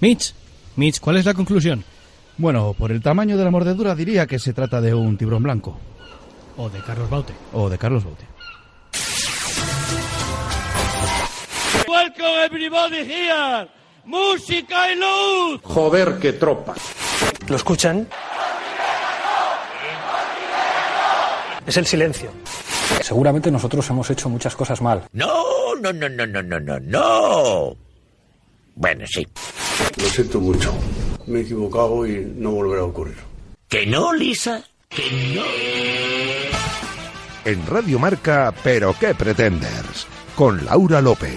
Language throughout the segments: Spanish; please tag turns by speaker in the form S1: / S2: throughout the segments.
S1: Mitch, Mitch, ¿cuál es la conclusión?
S2: Bueno, por el tamaño de la mordedura diría que se trata de un tiburón blanco.
S1: O de Carlos Baute.
S2: O de Carlos Baute.
S3: Welcome everybody here. Música y luz.
S4: Joder, qué tropa.
S5: ¿Lo escuchan? Es el silencio.
S6: Seguramente nosotros hemos hecho muchas cosas mal.
S7: No, no, no, no, no, no, no, no. Bueno, sí.
S8: Lo siento mucho. Me he equivocado y no volverá a ocurrir.
S7: Que no, Lisa. Que no.
S9: En Radio Marca, pero qué pretenders. Con Laura López.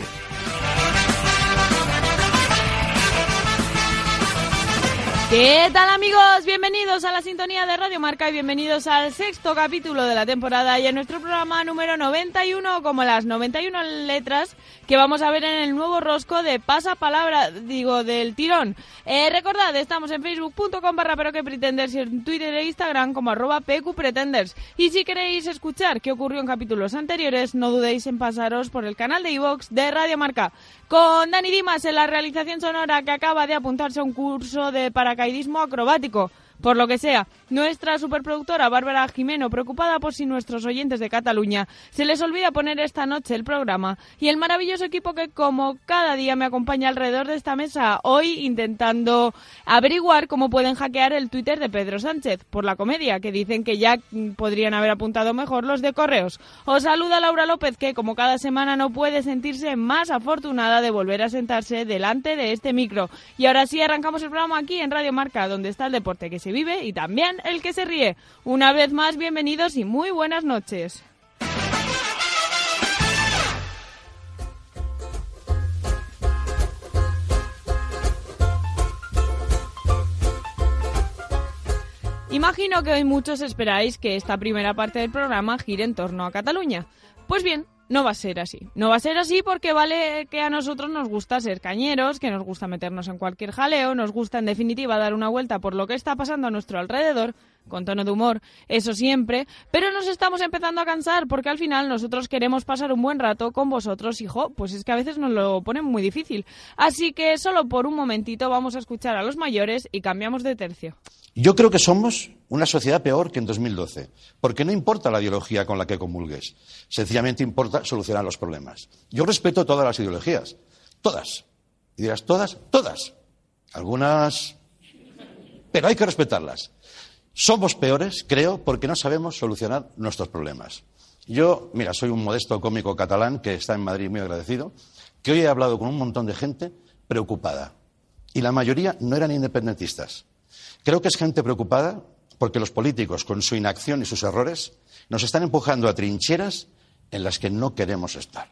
S10: ¿Qué tal amigos? Bienvenidos a la sintonía de Radio Marca y bienvenidos al sexto capítulo de la temporada y a nuestro programa número 91, como las 91 letras que vamos a ver en el nuevo rosco de pasapalabra, digo, del tirón. Eh, recordad, estamos en facebook.com barra pero que pretenders y en Twitter e Instagram como arroba pqpretenders. Y si queréis escuchar qué ocurrió en capítulos anteriores, no dudéis en pasaros por el canal de iVox de Radio Marca. Con Dani Dimas en la realización sonora que acaba de apuntarse a un curso de para caidismo acrobático. Por lo que sea, nuestra superproductora Bárbara Jimeno, preocupada por si nuestros oyentes de Cataluña se les olvida poner esta noche el programa, y el maravilloso equipo que como cada día me acompaña alrededor de esta mesa, hoy intentando averiguar cómo pueden hackear el Twitter de Pedro Sánchez por la comedia, que dicen que ya podrían haber apuntado mejor los de correos. Os saluda Laura López, que como cada semana no puede sentirse más afortunada de volver a sentarse delante de este micro. Y ahora sí arrancamos el programa aquí en Radio Marca, donde está el deporte que se vive y también el que se ríe. Una vez más, bienvenidos y muy buenas noches. Imagino que hoy muchos esperáis que esta primera parte del programa gire en torno a Cataluña. Pues bien, no va a ser así. No va a ser así porque vale que a nosotros nos gusta ser cañeros, que nos gusta meternos en cualquier jaleo, nos gusta en definitiva dar una vuelta por lo que está pasando a nuestro alrededor, con tono de humor, eso siempre, pero nos estamos empezando a cansar porque al final nosotros queremos pasar un buen rato con vosotros, hijo, pues es que a veces nos lo ponen muy difícil. Así que solo por un momentito vamos a escuchar a los mayores y cambiamos de tercio.
S11: Yo creo que somos una sociedad peor que en 2012, porque no importa la ideología con la que comulgues, sencillamente importa solucionar los problemas. Yo respeto todas las ideologías, todas. Y dirás, todas, todas. Algunas. Pero hay que respetarlas. Somos peores, creo, porque no sabemos solucionar nuestros problemas. Yo, mira, soy un modesto cómico catalán que está en Madrid muy agradecido, que hoy he hablado con un montón de gente preocupada. Y la mayoría no eran independentistas. Creo que es gente preocupada porque los políticos, con su inacción y sus errores, nos están empujando a trincheras en las que no queremos estar.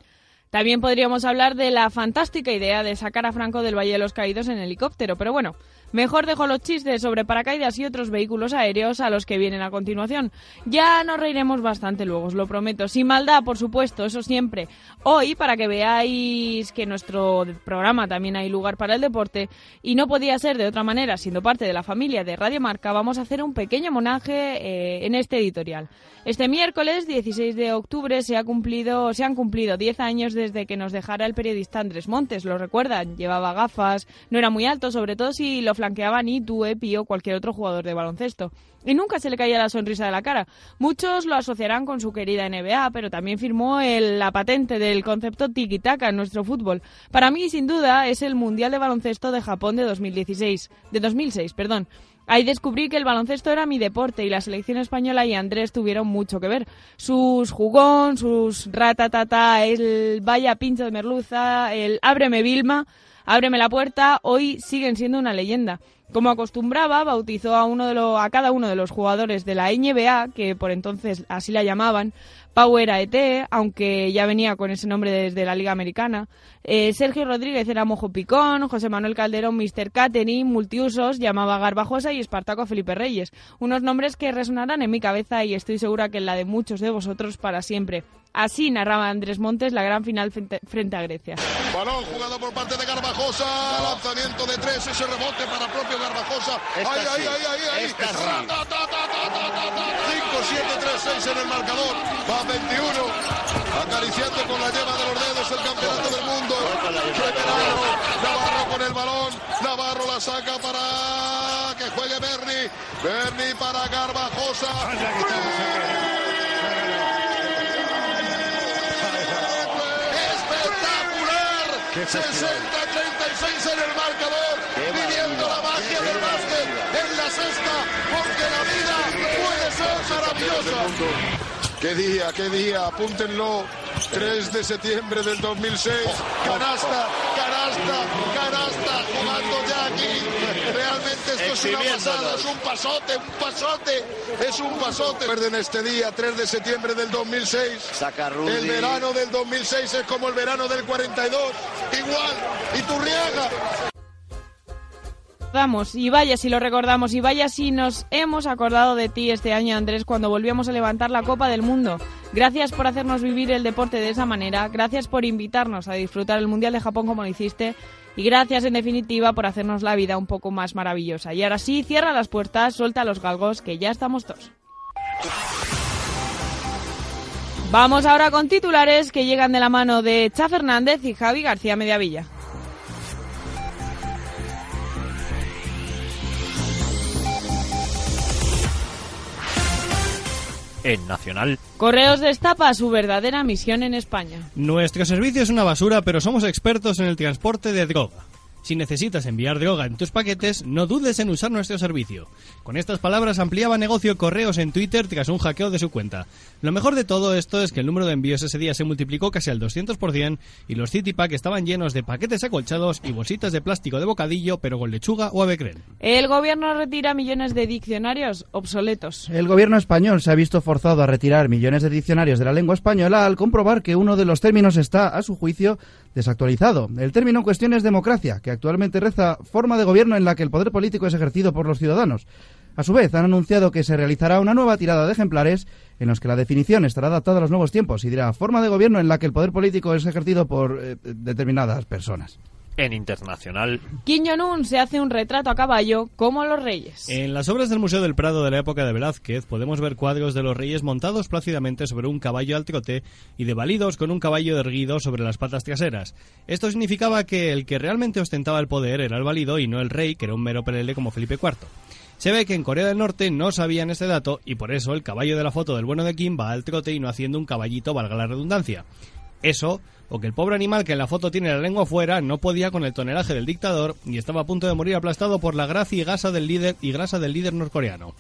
S10: También podríamos hablar de la fantástica idea de sacar a Franco del Valle de los Caídos en helicóptero, pero bueno, mejor dejo los chistes sobre paracaídas y otros vehículos aéreos a los que vienen a continuación. Ya nos reiremos bastante luego, os lo prometo. Sin maldad, por supuesto, eso siempre. Hoy, para que veáis que en nuestro programa también hay lugar para el deporte, y no podía ser de otra manera, siendo parte de la familia de Radio Marca, vamos a hacer un pequeño homenaje eh, en este editorial. Este miércoles 16 de octubre se, ha cumplido, se han cumplido 10 años de desde que nos dejara el periodista Andrés Montes. Lo recuerdan, llevaba gafas, no era muy alto, sobre todo si lo flanqueaban Itu, Epi o cualquier otro jugador de baloncesto. Y nunca se le caía la sonrisa de la cara. Muchos lo asociarán con su querida NBA, pero también firmó el, la patente del concepto tiki-taka en nuestro fútbol. Para mí, sin duda, es el Mundial de Baloncesto de Japón de 2016, de 2006, perdón. Ahí descubrí que el baloncesto era mi deporte y la selección española y Andrés tuvieron mucho que ver. Sus jugón, sus ratatata, el vaya pincho de merluza, el ábreme Vilma, ábreme la puerta, hoy siguen siendo una leyenda. Como acostumbraba, bautizó a, uno de lo, a cada uno de los jugadores de la NBA, que por entonces así la llamaban, Power AET, aunque ya venía con ese nombre desde la Liga Americana. Eh, Sergio Rodríguez era Mojo Picón, José Manuel Calderón Mr. Catering, Multiusos, llamaba Garbajosa y Espartaco Felipe Reyes. Unos nombres que resonarán en mi cabeza y estoy segura que en la de muchos de vosotros para siempre. Así narraba Andrés Montes la gran final frente a Grecia.
S12: Balón jugado por parte de Garbajosa, lanzamiento de tres, ese rebote para propio Garbajosa. Esta ahí, sí. ahí, ahí, ahí, ahí. 5, 7, 3, 6 en el marcador. Va 21. acariciando con la yema de los dedos el campeonato del mundo. Preparado, Navarro con el balón, Navarro la saca para que juegue Berni, Berni para Garbajosa. ¡Espectacular! 60-36 en el marcador, viviendo la magia del básquet en la cesta, porque la vida puede ser maravillosa. ¡Qué día, qué día! Apúntenlo. 3 de septiembre del 2006. Canasta, canasta, canasta. Jugando ya aquí. Realmente esto es una pasada. Es un pasote, un pasote. Es un pasote. Recuerden este día, 3 de septiembre del 2006.
S4: Saca Rudy.
S12: El verano del 2006 es como el verano del 42. Igual. Y Turriaga.
S10: Vamos, y vaya si lo recordamos, y vaya si nos hemos acordado de ti este año, Andrés, cuando volvíamos a levantar la Copa del Mundo. Gracias por hacernos vivir el deporte de esa manera, gracias por invitarnos a disfrutar el Mundial de Japón como lo hiciste, y gracias en definitiva por hacernos la vida un poco más maravillosa. Y ahora sí, cierra las puertas, suelta los galgos, que ya estamos todos. Vamos ahora con titulares que llegan de la mano de Cha Fernández y Javi García Mediavilla.
S13: en Nacional.
S10: Correos destapa su verdadera misión en España.
S1: Nuestro servicio es una basura, pero somos expertos en el transporte de droga. Si necesitas enviar droga en tus paquetes, no dudes en usar nuestro servicio. Con estas palabras ampliaba negocio Correos en Twitter tras un hackeo de su cuenta. Lo mejor de todo esto es que el número de envíos ese día se multiplicó casi al 200% y los Citipack estaban llenos de paquetes acolchados y bolsitas de plástico de bocadillo, pero con lechuga o avecren.
S10: El gobierno retira millones de diccionarios obsoletos.
S2: El gobierno español se ha visto forzado a retirar millones de diccionarios de la lengua española al comprobar que uno de los términos está, a su juicio, desactualizado. El término en cuestión es democracia, que actualmente reza forma de gobierno en la que el poder político es ejercido por los ciudadanos. A su vez, han anunciado que se realizará una nueva tirada de ejemplares en los que la definición estará adaptada a los nuevos tiempos y dirá forma de gobierno en la que el poder político es ejercido por eh, determinadas personas.
S13: En internacional.
S10: Kim Jong-un se hace un retrato a caballo como los reyes.
S1: En las obras del Museo del Prado de la época de Velázquez podemos ver cuadros de los reyes montados plácidamente sobre un caballo al trote y devalidos con un caballo erguido sobre las patas traseras. Esto significaba que el que realmente ostentaba el poder era el válido y no el rey, que era un mero pelele como Felipe IV. Se ve que en Corea del Norte no sabían este dato y por eso el caballo de la foto del bueno de Kim va al trote y no haciendo un caballito, valga la redundancia. Eso, o que el pobre animal que en la foto tiene la lengua fuera no podía con el tonelaje del dictador y estaba a punto de morir aplastado por la grasa y gasa del líder y grasa del líder norcoreano.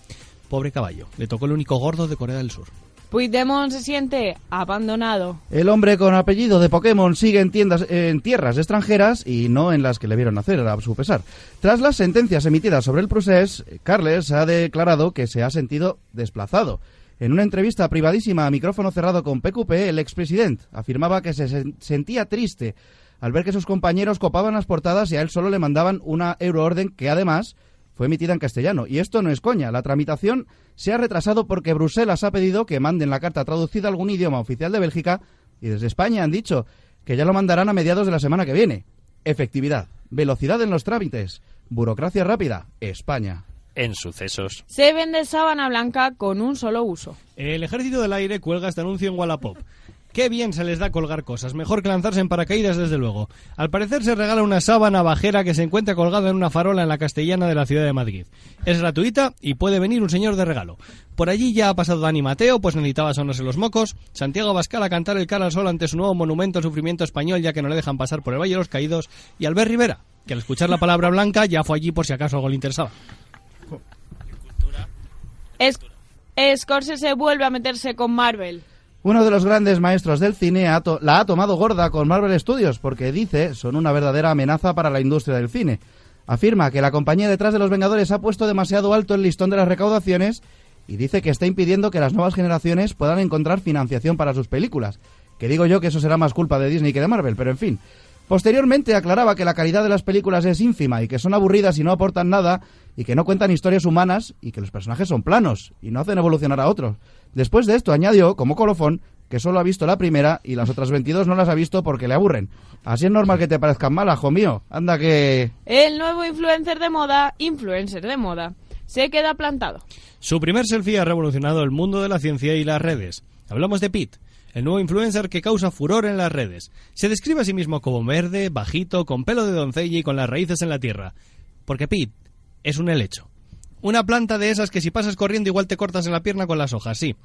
S1: Pobre caballo, le tocó el único gordo de Corea del Sur.
S10: Puigdemont se siente abandonado.
S2: El hombre con apellido de Pokémon sigue en, tiendas, en tierras extranjeras y no en las que le vieron nacer, a su pesar. Tras las sentencias emitidas sobre el procés, Carles ha declarado que se ha sentido desplazado. En una entrevista privadísima a micrófono cerrado con PQP, el expresidente afirmaba que se sen- sentía triste al ver que sus compañeros copaban las portadas y a él solo le mandaban una euroorden que además fue emitida en castellano. Y esto no es coña, la tramitación se ha retrasado porque Bruselas ha pedido que manden la carta traducida a algún idioma oficial de Bélgica y desde España han dicho que ya lo mandarán a mediados de la semana que viene. Efectividad, velocidad en los trámites, burocracia rápida, España.
S13: En sucesos.
S10: Se vende sábana blanca con un solo uso.
S1: El ejército del aire cuelga este anuncio en Wallapop. Qué bien se les da colgar cosas, mejor que lanzarse en paracaídas desde luego. Al parecer se regala una sábana bajera que se encuentra colgada en una farola en la castellana de la ciudad de Madrid. Es gratuita y puede venir un señor de regalo. Por allí ya ha pasado Dani Mateo, pues necesitaba sonarse los mocos, Santiago Abascal a cantar el cara al sol ante su nuevo monumento al sufrimiento español ya que no le dejan pasar por el Valle de los Caídos, y Albert Rivera, que al escuchar la palabra blanca ya fue allí por si acaso algo le interesaba.
S10: Es- Scorsese vuelve a meterse con Marvel.
S2: Uno de los grandes maestros del cine ha to- la ha tomado gorda con Marvel Studios porque dice son una verdadera amenaza para la industria del cine. Afirma que la compañía detrás de los Vengadores ha puesto demasiado alto el listón de las recaudaciones y dice que está impidiendo que las nuevas generaciones puedan encontrar financiación para sus películas. Que digo yo que eso será más culpa de Disney que de Marvel, pero en fin. Posteriormente aclaraba que la calidad de las películas es ínfima y que son aburridas y no aportan nada y que no cuentan historias humanas y que los personajes son planos y no hacen evolucionar a otros. Después de esto añadió, como colofón, que solo ha visto la primera y las otras 22 no las ha visto porque le aburren. Así es normal que te parezcan malas, hijo mío. Anda que...
S10: El nuevo influencer de moda, influencer de moda, se queda plantado.
S1: Su primer selfie ha revolucionado el mundo de la ciencia y las redes. Hablamos de Pete, el nuevo influencer que causa furor en las redes. Se describe a sí mismo como verde, bajito, con pelo de doncella y con las raíces en la tierra. Porque Pete es un helecho. Una planta de esas que si pasas corriendo igual te cortas en la pierna con las hojas, sí.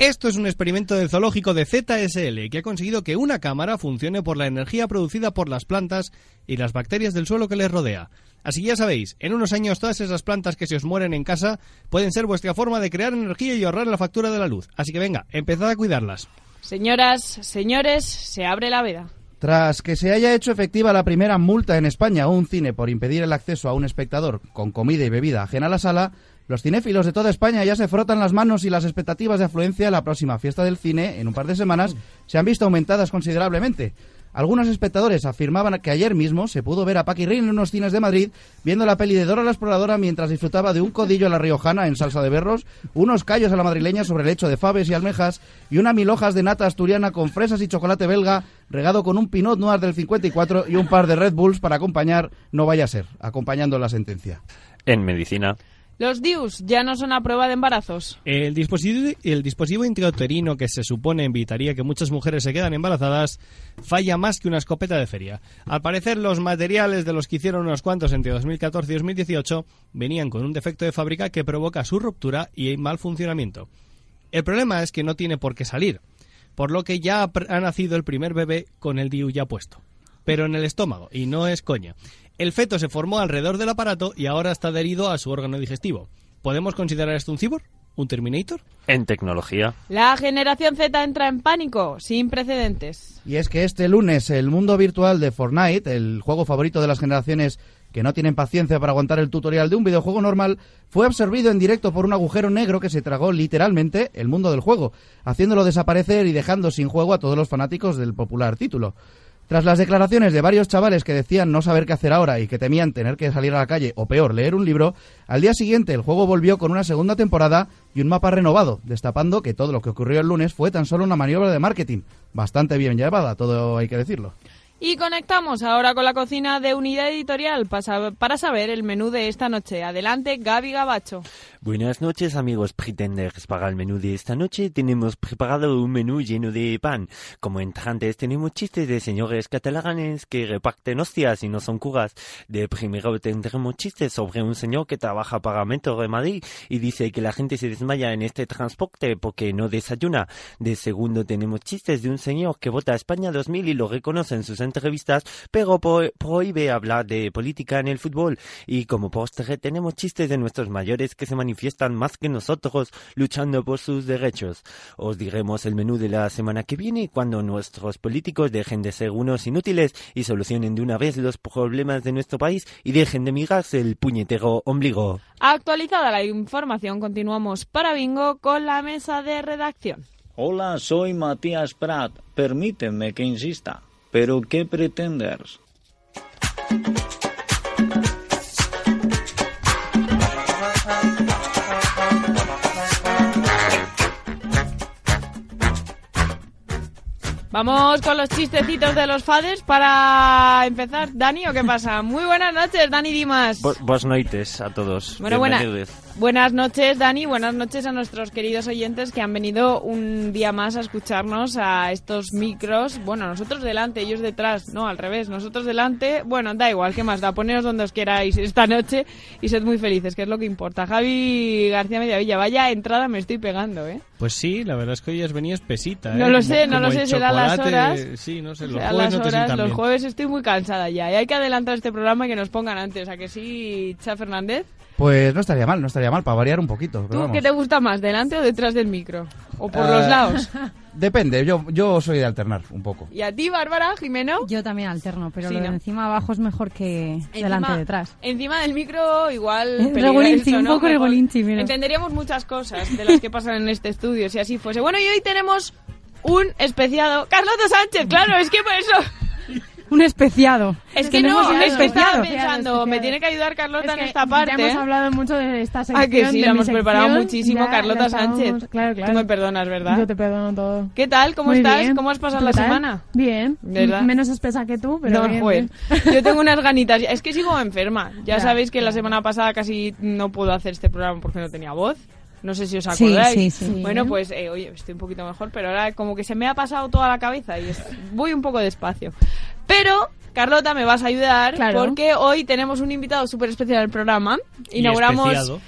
S1: Esto es un experimento del zoológico de ZSL que ha conseguido que una cámara funcione por la energía producida por las plantas y las bacterias del suelo que les rodea. Así que ya sabéis, en unos años todas esas plantas que se os mueren en casa pueden ser vuestra forma de crear energía y ahorrar la factura de la luz. Así que venga, empezad a cuidarlas.
S10: Señoras, señores, se abre la veda.
S2: Tras que se haya hecho efectiva la primera multa en España a un cine por impedir el acceso a un espectador con comida y bebida ajena a la sala, los cinéfilos de toda España ya se frotan las manos y las expectativas de afluencia a la próxima fiesta del cine en un par de semanas se han visto aumentadas considerablemente. Algunos espectadores afirmaban que ayer mismo se pudo ver a Paquirrín en unos cines de Madrid viendo la peli de Dora la Exploradora mientras disfrutaba de un codillo a la riojana en salsa de berros, unos callos a la madrileña sobre lecho de faves y almejas y una mil hojas de nata asturiana con fresas y chocolate belga regado con un Pinot Noir del 54 y un par de Red Bulls para acompañar, no vaya a ser, acompañando la sentencia.
S13: En medicina.
S10: Los DIUs ya no son a prueba de embarazos.
S1: El dispositivo, el dispositivo intrauterino que se supone evitaría que muchas mujeres se quedan embarazadas falla más que una escopeta de feria. Al parecer, los materiales de los que hicieron unos cuantos entre 2014 y 2018 venían con un defecto de fábrica que provoca su ruptura y mal funcionamiento. El problema es que no tiene por qué salir, por lo que ya ha pr- ha nacido el primer bebé con el DIU ya puesto. Pero en el estómago, y no es coña. El feto se formó alrededor del aparato y ahora está adherido a su órgano digestivo. ¿Podemos considerar esto un cibor? ¿Un Terminator?
S13: En tecnología.
S10: La generación Z entra en pánico, sin precedentes.
S2: Y es que este lunes el mundo virtual de Fortnite, el juego favorito de las generaciones que no tienen paciencia para aguantar el tutorial de un videojuego normal, fue absorbido en directo por un agujero negro que se tragó literalmente el mundo del juego, haciéndolo desaparecer y dejando sin juego a todos los fanáticos del popular título. Tras las declaraciones de varios chavales que decían no saber qué hacer ahora y que temían tener que salir a la calle o peor, leer un libro, al día siguiente el juego volvió con una segunda temporada y un mapa renovado, destapando que todo lo que ocurrió el lunes fue tan solo una maniobra de marketing, bastante bien llevada, todo hay que decirlo.
S10: Y conectamos ahora con la cocina de Unidad Editorial pasa- para saber el menú de esta noche. Adelante, Gaby Gabacho.
S4: Buenas noches amigos pretenders. Para el menú de esta noche tenemos preparado un menú lleno de pan. Como entrantes tenemos chistes de señores catalanes que reparten hostias y no son curas. De primero tendremos chistes sobre un señor que trabaja para Metro de Madrid y dice que la gente se desmaya en este transporte porque no desayuna. De segundo tenemos chistes de un señor que vota a España 2000 y lo reconoce en sus entrevistas, pero pro- prohíbe hablar de política en el fútbol. Y como postre tenemos chistes de nuestros mayores que se manifiestan más que nosotros luchando por sus derechos. Os diremos el menú de la semana que viene cuando nuestros políticos dejen de ser unos inútiles y solucionen de una vez los problemas de nuestro país y dejen de mirarse el puñetero ombligo.
S10: Actualizada la información, continuamos para Bingo con la mesa de redacción.
S14: Hola, soy Matías Prat. Permíteme que insista. ¿Pero qué pretendes?
S10: Vamos con los chistecitos de los fades para empezar. Dani, ¿o qué pasa? Muy buenas noches, Dani Dimas.
S13: Bo- Boas noites a todos.
S10: Bueno, buena-
S13: Bienvenidos.
S10: buenas noches, Dani. Buenas noches a nuestros queridos oyentes que han venido un día más a escucharnos a estos micros. Bueno, nosotros delante, ellos detrás. No, al revés, nosotros delante. Bueno, da igual, ¿qué más da? Poneros donde os queráis esta noche y sed muy felices, que es lo que importa. Javi García Mediavilla, vaya entrada me estoy pegando, ¿eh.
S1: Pues sí, la verdad es que hoy has venido espesita. ¿eh?
S10: No lo sé,
S1: Como-
S10: no lo
S1: como
S10: sé,
S1: el
S10: será las
S1: chocolate,
S10: horas.
S1: Sí, no sé, los
S10: Será
S1: jueves
S10: las
S1: no te
S10: horas,
S1: sientan
S10: los
S1: bien.
S10: jueves estoy muy cansada ya. Y hay que adelantar este programa y que nos pongan antes. ¿A que sí, Cha Fernández?
S2: Pues no estaría mal, no estaría mal, para variar un poquito. pero
S10: ¿Tú
S2: vamos.
S10: qué te gusta más, delante o detrás del micro? ¿O por
S2: Eh,
S10: los lados?
S2: Depende, yo, yo soy de alternar un poco.
S10: ¿Y a ti, Bárbara, Jimeno?
S15: Yo también alterno, pero
S10: Sí,
S15: lo de
S10: ¿no?
S15: encima abajo es mejor que
S10: Encima-
S15: delante detrás.
S10: Encima del micro, igual.
S15: Eh,
S10: peligra
S15: regolinchi,
S10: eso,
S15: un
S10: ¿no?
S15: poco
S10: Mejor-
S15: regolinchi, mira.
S10: Entenderíamos muchas cosas de las que pasan en este estudio si así fuese. Bueno, y hoy tenemos un especiado. ¡Carlota Sánchez! Claro, es que por eso.
S15: Un especiado.
S10: Es que
S15: Tenemos
S10: no,
S15: un
S10: es que estaba
S15: especiado.
S10: pensando, me tiene que ayudar Carlota
S16: Es que
S10: en esta parte. ¿eh?
S16: Ya hemos hablado mucho de esta sección.
S10: Ah, que sí,
S16: de
S10: la
S16: mi
S10: hemos preparado
S16: sección,
S10: muchísimo,
S16: ya
S10: Carlota
S16: la estábamos-
S10: Sánchez.
S16: Claro, claro.
S10: Tú me perdonas, ¿verdad?
S16: Yo te perdono todo.
S10: ¿Qué tal? ¿Cómo
S16: Muy
S10: estás?
S16: bien.
S10: ¿Cómo has pasado
S16: ¿Tú
S10: la
S16: qué tal?
S10: semana?
S16: Bien.
S10: ¿Verdad?
S16: Menos espesa que tú, pero
S10: No,
S16: bien,
S10: joder.
S16: bien.
S10: Yo tengo unas ganitas. Es que sigo enferma. Ya,
S16: Ya,
S10: sabéis que la
S16: claro.
S10: semana pasada casi no pude hacer este programa porque no tenía voz. No sé si os
S15: Sí,
S10: acordáis.
S15: sí, sí.
S10: Bueno, pues eh, oye, estoy un poquito mejor, pero ahora como que se me ha pasado toda la cabeza y es- voy un poco despacio. Pero, Carlota, me vas a ayudar
S16: Claro.
S10: porque hoy tenemos un invitado súper especial al programa. Inauguramos.
S16: especiado.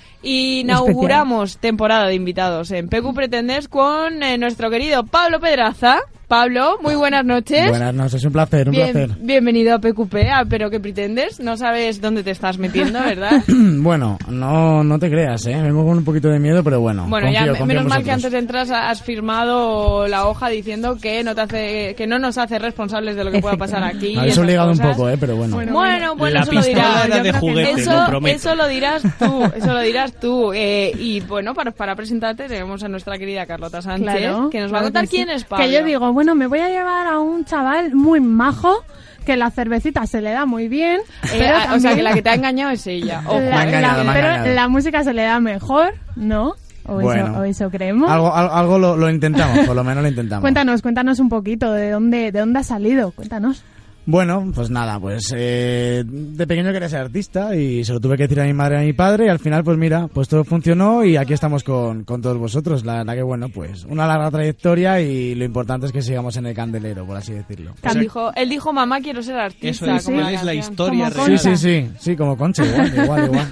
S10: Inauguramos temporada de invitados en PQ Pretenders con eh, nuestro querido Pablo Pedraza. Pablo, muy buenas noches.
S17: Buenas noches, un placer, un
S10: Bien-
S17: placer.
S10: Bienvenido a PQP, a Pero que pretendes? No sabes dónde te estás metiendo, ¿verdad?
S17: bueno, no, no te creas, ¿eh? Vengo con un poquito de miedo, pero bueno.
S10: Bueno,
S17: confío,
S10: ya me-
S17: confío en
S10: menos mal que
S17: vosotros.
S10: antes de entrar has firmado la hoja diciendo que no te hace que no nos hace responsables de lo que pueda pasar aquí.
S17: Me habéis
S10: esas
S17: obligado un
S10: cosas.
S17: poco, ¿eh? Pero bueno.
S10: Bueno, bueno, pues
S17: La
S10: eso lo
S17: pistola
S10: dirás.
S17: era de Yo creo que juguete,
S10: eso,
S17: lo prometo.
S10: eso lo dirás tú, eso lo dirás tú. Eh, y bueno, para, para presentarte tenemos a nuestra querida Carlota Sánchez,
S16: Claro,
S10: que nos va a
S16: claro
S10: contar
S16: que sí.
S10: quién es Pablo.
S16: Que yo digo, bueno, me voy a llevar a un chaval muy majo, que la cervecita se le da muy bien.
S10: Eh,
S16: pero
S10: a- o sea,
S16: también-
S10: que la que te ha engañado es ella. Ojo, eh,
S16: La-
S17: Me ha engañado,
S16: la-
S17: me ha
S16: pero
S17: engañado.
S16: la música se le da mejor, ¿no? O,
S17: Bueno.
S16: eso, o eso creemos.
S17: Algo, al- algo lo, lo intentamos, por lo menos lo intentamos.
S16: Cuéntanos, cuéntanos un poquito de dónde, de dónde ha salido. Cuéntanos.
S17: Bueno, pues nada, pues eh, de pequeño quería ser artista y se lo tuve que decir a mi madre y a mi padre y al final, pues mira, pues todo funcionó y aquí estamos con, con todos vosotros. La verdad que bueno, pues una larga trayectoria y lo importante es que sigamos en el candelero, por así decirlo.
S10: Cam dijo, él dijo, mamá, quiero ser artista.
S17: Eso es,
S10: como
S17: él es la
S10: canción.
S1: historia
S10: Como
S17: Sí,
S10: Concha.
S17: sí, sí, sí, como concha, igual, igual, igual.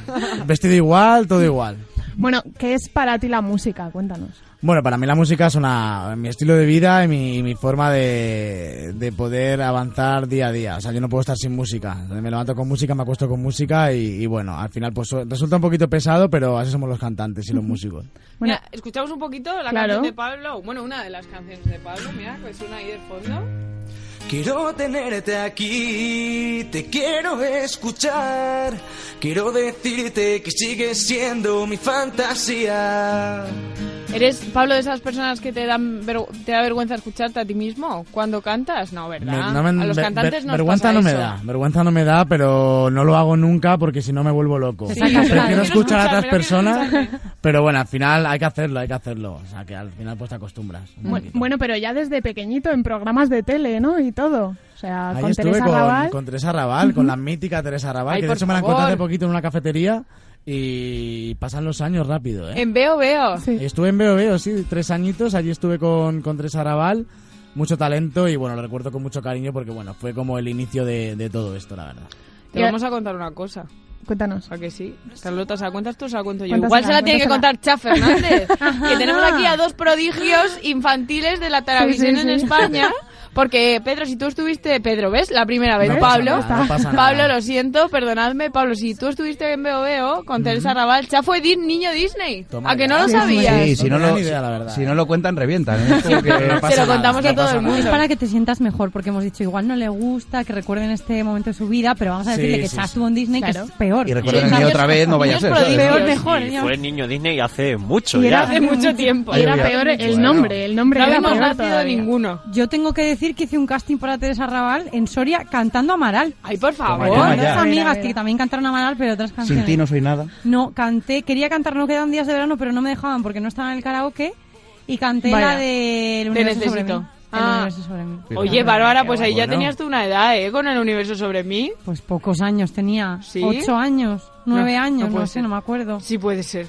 S17: Vestido igual, todo igual.
S16: Bueno, ¿qué es para ti la música? Cuéntanos.
S17: Bueno, para mí la música es una, mi estilo de vida y mi, y mi forma de, de poder avanzar día a día. O sea, yo no puedo estar sin música. Me levanto con música, me acuesto con música y, y bueno, al final pues so- resulta un poquito pesado, pero así somos los cantantes y los músicos.
S10: Mira, escuchamos un poquito la
S17: Claro.
S10: canción de Pablo. Bueno, una de las canciones de Pablo, mira, que suena ahí de fondo.
S18: Quiero tenerte aquí, te quiero escuchar, quiero decirte que sigues siendo mi fantasía.
S10: ¿Eres Pablo de esas personas que te dan verg- te da vergüenza escucharte a ti mismo cuando cantas? No, ¿verdad?
S17: Me- no me-
S10: a los
S17: ver-
S10: cantantes
S17: ver-
S10: nos
S17: vergüenza
S10: pasa
S17: no me
S10: eso.
S17: da, vergüenza no me da, pero no lo hago nunca porque si no me vuelvo loco.
S10: Sí,
S17: Prefiero
S10: claro. Quiero
S17: escuchar a otras
S10: escucharme, quiero
S17: personas, pero bueno, al final hay que hacerlo, hay que hacerlo. O sea, que al final pues te acostumbras. un
S16: Bueno, bueno, pero ya desde pequeñito en programas de tele, ¿no? Y todo. O sea,
S17: Ahí
S16: con
S17: estuve
S16: Teresa
S17: con,
S16: Raval.
S17: con Teresa Raval, con la mítica Teresa Raval,
S10: Ay,
S17: que de
S10: por
S17: hecho me la
S10: favor.
S17: encontré hace poquito en una cafetería y pasan los años rápido, ¿eh?
S10: En Veo Veo.
S17: Estuve en Veo Veo, sí, tres añitos, allí estuve con, con Teresa Raval, mucho talento y bueno, lo recuerdo con mucho cariño porque bueno, fue como el inicio de, de todo esto, la verdad.
S10: Te
S17: Ya-
S10: vamos a contar una cosa.
S16: Cuéntanos.
S10: ¿A que sí? Carlota, ¿se la cuentas tú o se la cuento yo?
S16: Cuéntasela,
S10: Igual se la tiene que contar Cha
S16: cuéntasela.
S10: Fernández. que tenemos
S16: Ajá.
S10: aquí a dos prodigios infantiles de la televisión
S16: Sí, sí,
S10: en
S16: sí.
S10: España. Porque, Pedro, si tú estuviste... Pedro, ¿ves? La primera vez.
S16: No pasa
S10: Pablo.
S16: nada, no pasa nada.
S10: Pablo, lo siento, perdonadme. Pablo, si tú estuviste en Veo Veo con Teresa Raval, Cha fue di- niño Disney. ¿A que no lo sabías?
S2: Sí, si no,
S17: tenía
S2: lo,
S17: ni idea, la verdad,
S2: si no lo cuentan, revientan. ¿eh? Es como que-
S10: pasa lo nada, contamos a no todo pasa el nada. mundo.
S15: Es para que te sientas mejor, porque hemos dicho, igual no le gusta, que recuerden este momento de su vida, pero vamos a
S2: Sí,
S15: decirle que
S2: sí,
S15: Chas
S2: sí.
S15: estuvo en Disney,
S2: Claro.
S15: que es peor.
S2: Y recuerden Sí, que niños- otra vez no vaya a niños ser, ¿sabes? prodigios.
S15: Peor, mejor.
S13: Y
S15: ya.
S13: fue niño Disney hace mucho
S15: Y
S13: ya.
S15: era hace mucho
S10: tiempo.
S15: Ay,
S16: era
S15: ya.
S16: peor el
S15: Bueno.
S16: nombre, el nombre
S10: No
S16: era
S10: habíamos
S16: peor
S10: nacido
S16: todavía.
S10: ninguno.
S15: Yo tengo que decir que hice un casting para Teresa Raval en Soria cantando Amaral.
S10: Ay, por favor.
S15: Con
S2: Toma
S15: otras
S2: ya.
S15: amigas que también cantaron Amaral, pero otras
S2: Sin
S15: canciones.
S2: ti no soy nada.
S15: No, canté, quería cantar No quedan días de verano, pero no me dejaban porque no estaba en el karaoke. Y canté
S10: Vaya.
S15: la de El
S10: Te
S15: universo sobre
S10: necesito.
S15: mí.
S10: Ah.
S15: El universo sobre mí.
S10: Oye, Bárbara, pues ahí ya
S15: Bueno.
S10: tenías tú una edad, ¿eh? Con el universo sobre mí.
S15: Pues pocos años tenía.
S10: ¿Sí?
S15: Ocho años, nueve
S10: No,
S15: años,
S10: no
S15: no,
S10: puede
S15: sé,
S10: ser.
S15: no me acuerdo.
S10: Sí puede ser.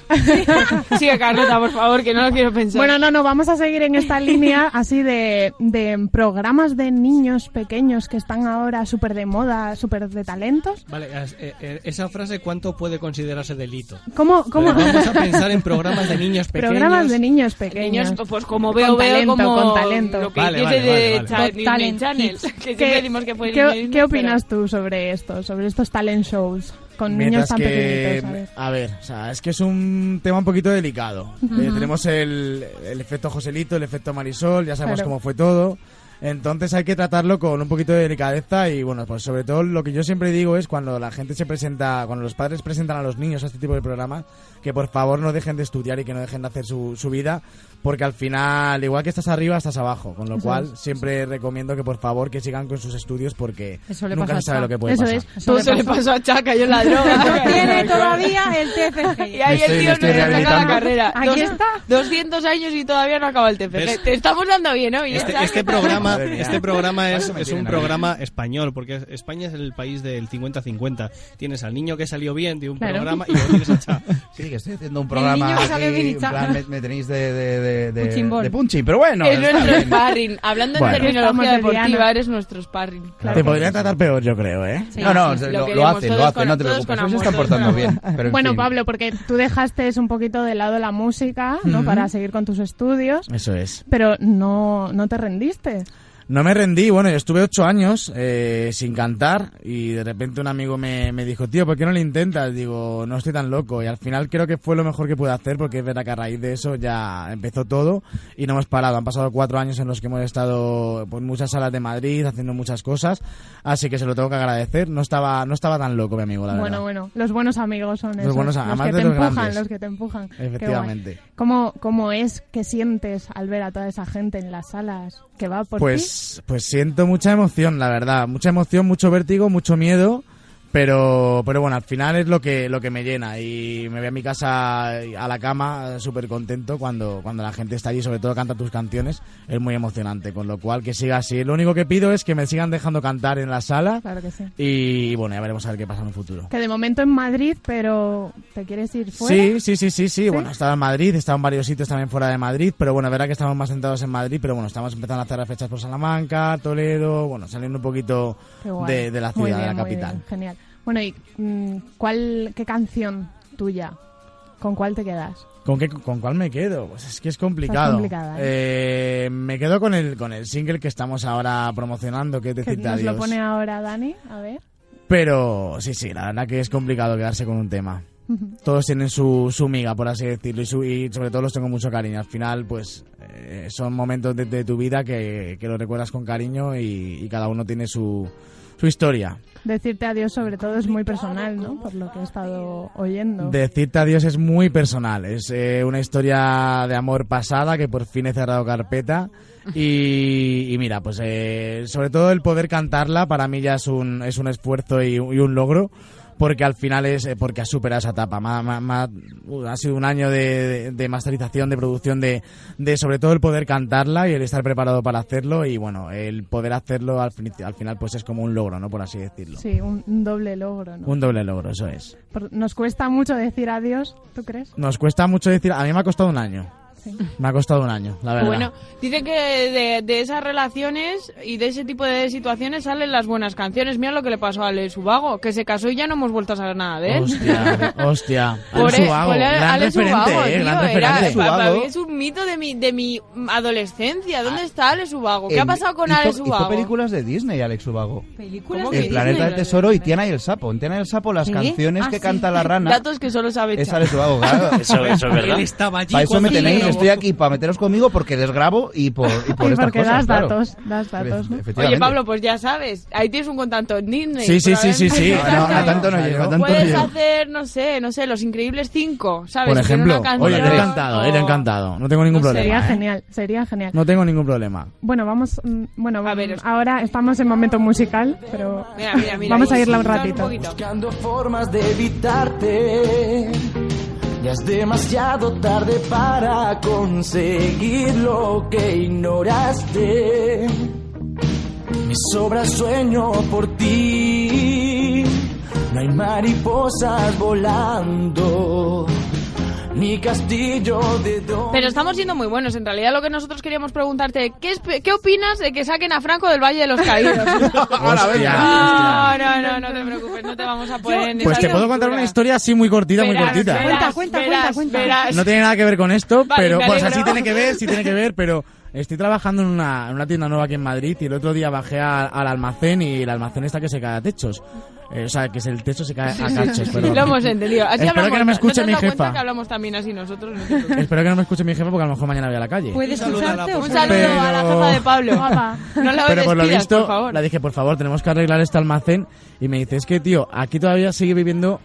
S10: Sigue, Carlota, por favor, que no lo quiero pensar.
S16: Bueno, no, no, vamos a seguir en esta línea así de, de programas de niños pequeños que están ahora súper de moda, súper de talentos.
S1: Vale, as- eh, eh, esa frase, ¿cuánto puede considerarse delito?
S16: ¿Cómo- cómo?
S1: Pero vamos a pensar en programas de niños pequeños.
S16: Programas de niños pequeños.
S10: Niños, pues como veo,
S16: Con
S10: veo
S16: talento,
S10: como
S16: con talento.
S10: lo que
S1: Vale,
S10: dice
S1: vale, vale,
S10: de
S1: vale.
S10: Cha-
S1: Got
S10: Disney
S1: Talent
S10: Channel, que siempre decimos que fue
S16: qué-
S10: Disney,
S16: qué
S10: pero-
S16: opinas tú sobre esto, sobre estos talent shows con niños
S17: Mientras
S16: tan
S17: que,
S16: pequeñitos? A ver.
S17: a ver, o sea, es que es un tema un poquito delicado.
S16: Ujú.
S17: Eh, tenemos el, el efecto Joselito, el efecto Marisol, ya sabemos
S16: Claro.
S17: cómo fue todo. Entonces hay que tratarlo con un poquito de delicadeza y bueno, pues sobre todo lo que yo siempre digo es cuando la gente se presenta, cuando los padres presentan a los niños a este tipo de programas, que por favor no dejen de estudiar y que no dejen de hacer su, su vida, porque al final, igual que estás arriba, estás abajo, con lo
S16: Eso
S17: cual
S16: es.
S17: siempre recomiendo que por favor que sigan con sus estudios porque
S15: Eso le
S17: nunca
S15: pasa
S17: se
S15: a
S17: sabe
S15: Cha.
S17: lo que puede
S15: Eso
S17: pasar.
S15: es.
S10: Todo se le pasó a Chaca, yo Pues la droga.
S15: Tiene todavía el TFG.
S10: Y ahí
S17: Estoy-
S10: el tío
S17: estoy
S10: no le saca la
S17: rehabilitando.
S10: carrera.
S15: Aquí está.
S10: 200 años y todavía no acaba el TFG.
S1: ¿Ves?
S10: Te estamos dando bien, ¿no?
S1: Pues Este, este programa,
S17: Madre mía.
S1: este programa es,
S17: Eso me
S1: es
S17: tienen
S1: un
S17: a mí.
S1: programa español, porque es- España es el país del 50-50. Tienes al niño que salió bien de un
S17: Claro.
S1: programa y luego tienes a Cha.
S2: Sí, que estoy haciendo un programa.
S10: niño que sale
S2: aquí,
S10: bien
S2: en plan,
S10: hinchado.
S2: me, me tenéis de, de, de, de,
S10: Punching ball.
S2: de punching, pero bueno.
S10: es
S2: está
S10: nuestro
S2: bien.
S10: sparring. Hablando
S2: Bueno.
S10: en terminología
S16: Estamos de
S10: deportiva,
S16: Diana.
S10: eres nuestro sparring.
S17: Te podrían tratar peor, yo creo, ¿eh?
S10: Sí,
S2: no, no,
S10: sí,
S2: lo,
S10: lo
S2: lo
S10: queremos,
S2: hacen, lo
S10: todos
S2: hacen,
S10: con-
S2: no te
S10: todos
S2: preocupes.
S10: con
S2: Hoy se
S10: amor,
S2: están
S10: todos
S2: portando
S10: con
S2: bien. Pero en
S16: bueno,
S2: fin.
S16: Pablo, porque tú dejaste un poquito de lado la música, ¿no?
S17: Ujú.
S16: Para seguir con tus estudios,
S17: Eso es.
S16: pero no, no te rendiste.
S17: No me rendí, bueno, yo estuve ocho años eh, sin cantar y de repente un amigo me, me dijo, tío, ¿por qué no lo intentas? Digo, no estoy tan loco y al final creo que fue lo mejor que pude hacer porque es verdad que a raíz de eso ya empezó todo y no hemos parado. Han pasado cuatro años en los que hemos estado por muchas salas de Madrid haciendo muchas cosas, así que se lo tengo que agradecer. No estaba, no estaba tan loco mi amigo, la
S16: Bueno,
S17: verdad.
S16: bueno, los buenos amigos son
S17: Los
S16: esos.
S17: buenos
S16: que
S17: am- además
S16: te
S17: de los
S16: empujan,
S17: grandes.
S16: los que te empujan. Qué guay.
S17: Efectivamente.
S16: ¿Cómo, ¿Cómo es que sientes al ver a toda esa gente en las salas que va por ti?
S17: pues, Pues siento mucha emoción, la verdad. Mucha emoción, mucho vértigo, mucho miedo. Pero, pero bueno, al final es lo que, lo que me llena. Y me voy a mi casa y a la cama eh, súper contento cuando, cuando la gente está allí, sobre todo canta tus canciones. Es muy emocionante. Con lo cual, que siga así. Lo único que pido es que me sigan dejando cantar en la sala.
S16: Claro que sí.
S17: Y bueno, ya veremos a ver qué pasa en un futuro.
S16: Que de momento en Madrid, pero ¿te quieres ir fuera?
S17: Sí, sí, sí, sí, sí. Bueno, estaba en Madrid, estaba en varios sitios también fuera de Madrid, pero bueno, verá que estamos más centrados en Madrid, pero bueno, estamos empezando a hacer las fechas por Salamanca, Toledo, bueno, saliendo un poquito
S16: Qué guay.
S17: de, de la
S16: Muy
S17: ciudad, de
S16: bien,
S17: la
S16: muy
S17: capital.
S16: bien, genial. Bueno, ¿y mm, cuál, qué canción tuya? ¿Con cuál te quedas?
S17: ¿Con, qué, ¿Con cuál me quedo? Pues es que es complicado.
S16: complicada,
S17: Eh, me quedo con el, con el single que estamos ahora promocionando, que es
S16: Que
S17: Decirte
S16: nos lo
S17: Adiós.
S16: pone ahora Dani, a ver.
S17: Pero sí, sí, la verdad que es complicado quedarse con un tema. todos tienen su, su miga, por así decirlo, y, su- y sobre todo los tengo mucho cariño. Al final, pues eh, son momentos de, de tu vida que, que los recuerdas con cariño y, y cada uno tiene su, su historia.
S16: Decirte adiós sobre todo es muy personal, ¿no? Por lo que he estado oyendo.
S17: Decirte adiós es muy personal, es eh, una historia de amor pasada que por fin he cerrado carpeta y, y mira, pues eh, sobre todo el poder cantarla para mí ya es un, es un esfuerzo y, un- y un logro porque al final es eh, porque has superado esa etapa. Ma- ma- ma- uh, ha sido un año de, de masterización, de producción, de, de sobre todo el poder cantarla y el estar preparado para hacerlo y bueno, el poder hacerlo al, fin- al final pues es como un logro, ¿no? Por así decirlo.
S16: Sí, un, un doble logro, ¿no?
S17: Un doble logro, eso es.
S16: Por- nos cuesta mucho decir adiós, ¿tú crees?
S17: Nos cuesta mucho decir. A mí me ha costado un año.
S16: Sí.
S17: Me ha costado un año, la verdad.
S10: Bueno, dice que de, de esas relaciones y de ese tipo de situaciones salen las buenas canciones. Mira lo que le pasó a Alex Ubago, que se casó y ya no hemos vuelto a saber nada de él. e-
S17: Hostia, hostia.
S10: Pobre-
S17: Alex Ubago,
S10: pobre
S17: gran
S10: Alex
S17: referente,
S10: Ubago,
S17: eh,
S10: tío,
S17: gran
S10: era-
S17: referente.
S10: pa- para
S2: Ubago.
S10: mí es un mito de mi, de mi adolescencia.
S2: Ah.
S10: ¿Dónde está Alex Ubago? ¿Qué
S2: Em,
S10: ha pasado con
S2: hizo-
S10: Alex
S2: Hizo
S10: Ubago?
S2: películas de Disney, Alex Ubago.
S10: ¿Películas
S2: El planeta del tesoro y Tiana y el sapo. En Tiana y el sapo las
S10: Ah,
S2: canciones que canta la rana
S10: Datos que solo sabe
S2: es
S10: Chava.
S2: Alex Ubago. claro.
S13: Eso- eso es verdad. Él estaba allí
S2: Para eso me
S13: cuando
S2: tenéis,
S13: grabó.
S2: estoy aquí para meteros conmigo porque les grabo y por y por
S16: Y
S2: estas
S16: porque
S2: cosas,
S16: das
S2: claro.
S16: datos, das datos, ¿no?
S10: Oye,
S2: Efectivamente.
S10: Pablo, pues ya sabes, ahí tienes un contacto en Disney.
S17: Sí, sí, sí, sí, sí.
S10: probablemente.
S2: No, a tanto no llego, a tanto no
S10: Puedes
S2: llego.
S10: hacer, no sé, no sé, Los Increíbles 5, ¿sabes?
S17: Por
S10: Hacer
S17: ejemplo,
S10: una canción
S17: oye, yo
S10: o-
S17: encantado, eh, yo encantado. No tengo ningún
S16: Sería
S17: problema. eh.
S16: genial, sería genial.
S17: No tengo ningún problema.
S16: Bueno, vamos, mm, bueno, ahora estamos en momento musical, pero vamos a irla un ratito.
S18: Buscando formas de evitarte. Ya es demasiado tarde para conseguir lo que ignoraste. Me sobra sueño por ti. No hay mariposas volando. Ni castillo de dos.
S10: Pero estamos siendo muy buenos. En realidad, lo que nosotros queríamos preguntarte, ¿qué, espe- qué opinas de que saquen a Franco del Valle de los Caídos?
S17: Ahora, venga.
S10: No, no, no, no te preocupes, no te vamos a poner en
S17: Pues
S10: esa
S17: te puedo contar
S10: aventura.
S17: una historia así muy cortita, muy
S10: Verás,
S17: cortita.
S10: verás, verás, verás.
S17: No tiene nada que ver con esto,
S10: Vale,
S17: pero
S10: me
S17: pues así
S10: alegro.
S17: tiene que ver, sí tiene que ver, pero estoy trabajando en una, en una tienda nueva aquí en Madrid y el otro día bajé a- al almacén y el almacén está que se cae a techos. Eh, o sea, que es el techo se cae a cachos, perdón.
S10: Lo hemos entendido. Así
S17: Espero
S10: hablamos,
S17: que no me escuche
S10: te has
S17: mi
S10: dado cuenta
S17: jefa.
S10: que hablamos también así nosotros. No te preocupes.
S17: Espero que no me escuche mi jefa porque a lo mejor mañana voy a la calle.
S10: ¿Puedes escucharte? Un
S17: pobre.
S10: saludo a la
S17: Pero-
S10: jefa de Pablo. No la
S17: Pero por lo
S10: despidas,
S17: visto,
S10: por favor.
S17: la dije, por favor, tenemos que arreglar este almacén. Y me dice, es que, tío, aquí todavía sigue viviendo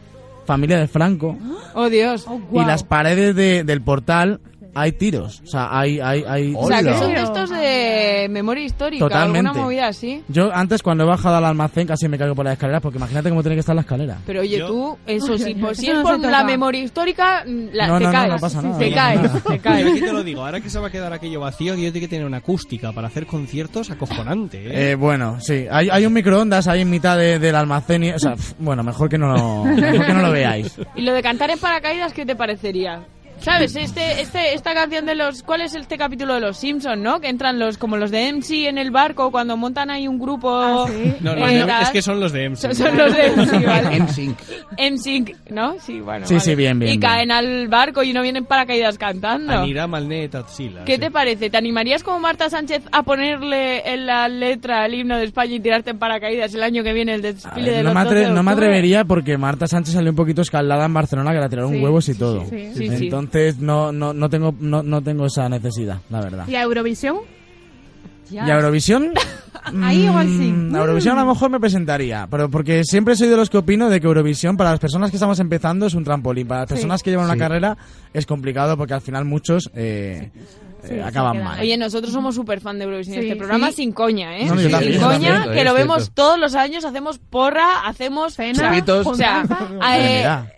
S17: familia de Franco.
S10: Oh, Dios.
S17: Y las paredes de- del portal hay tiros. O sea, hay... hay, hay
S10: O sea, que son de estos de memoria histórica,
S17: Totalmente.
S10: alguna movida así.
S17: Yo antes cuando he bajado al almacén casi me caigo por las escaleras porque imagínate cómo tiene que estar la escalera.
S10: Pero oye, tú, eso sí, por si
S16: Eso
S10: es
S16: no
S10: por
S16: se toca.
S10: la memoria histórica, la-
S17: No,
S10: te
S17: no, no,
S10: caes.
S17: no pasa nada,
S10: te
S17: no
S10: caes,
S17: pasa nada.
S10: te caes.
S1: Yo aquí te lo digo, ahora que se va a quedar aquello vacío, yo tiene que tener una acústica para hacer conciertos acojonante. ¿eh?
S17: Eh, bueno, sí. Hay, hay un microondas ahí en mitad de- del almacén y... O sea, pf, bueno, mejor que no lo, mejor que no lo veáis.
S10: Y lo de cantar en paracaídas, ¿qué te parecería? ¿Sabes? Este, este, esta canción de los... ¿Cuál es este capítulo de los Simpsons, no? Que entran los como los de MC en el barco cuando montan ahí un grupo...
S16: Ah,
S1: No, no,
S10: eh,
S1: no,
S10: tal.
S1: es que son los de MC.
S10: Son, son los de MC, ¿vale?
S2: NSYNC.
S10: NSYNC, ¿no? Sí, bueno.
S1: Sí,
S10: vale.
S1: sí, bien, bien,
S10: Y
S1: bien.
S10: caen al barco y no vienen paracaídas cantando.
S1: Anirá Malné Tatsila.
S10: ¿Qué
S1: sí.
S10: te parece? ¿Te animarías como Marta Sánchez a ponerle en la letra el himno de España y tirarte en paracaídas el año que viene el desfile de los
S17: No me,
S10: 12
S17: atre-
S10: de
S17: no me
S10: octubre?
S17: atrevería porque Marta Sánchez salió un poquito escaldada en Barcelona que la tiraron
S16: Sí,
S17: huevos y
S16: sí,
S17: todo.
S16: sí, sí. Sí, sí.
S17: Entonces no, no, no tengo no, no tengo esa necesidad, la verdad.
S16: ¿Y a Eurovisión?
S17: ¿Y a Eurovisión?
S16: Ahí igual sí.
S17: Mm, A Eurovisión a lo mejor me presentaría, pero porque siempre soy de los que opino de que Eurovisión para las personas que estamos empezando es un trampolín, para las
S10: Sí.
S17: personas que llevan
S10: Sí.
S17: una carrera es complicado porque al final muchos eh, eh,
S10: Sí,
S17: acaban
S10: se queda.
S17: mal.
S10: Oye, nosotros somos súper fan de Eurovisión.
S16: Sí,
S10: este programa
S16: sí.
S10: sin coña, ¿eh?
S17: No, yo
S10: sin
S17: también, yo
S10: coña,
S17: también, es
S10: que lo
S17: cierto.
S10: vemos todos los años, hacemos porra, hacemos
S16: Cena,
S2: Chupitos.
S10: O sea,
S2: Madre
S10: eh,
S2: mía.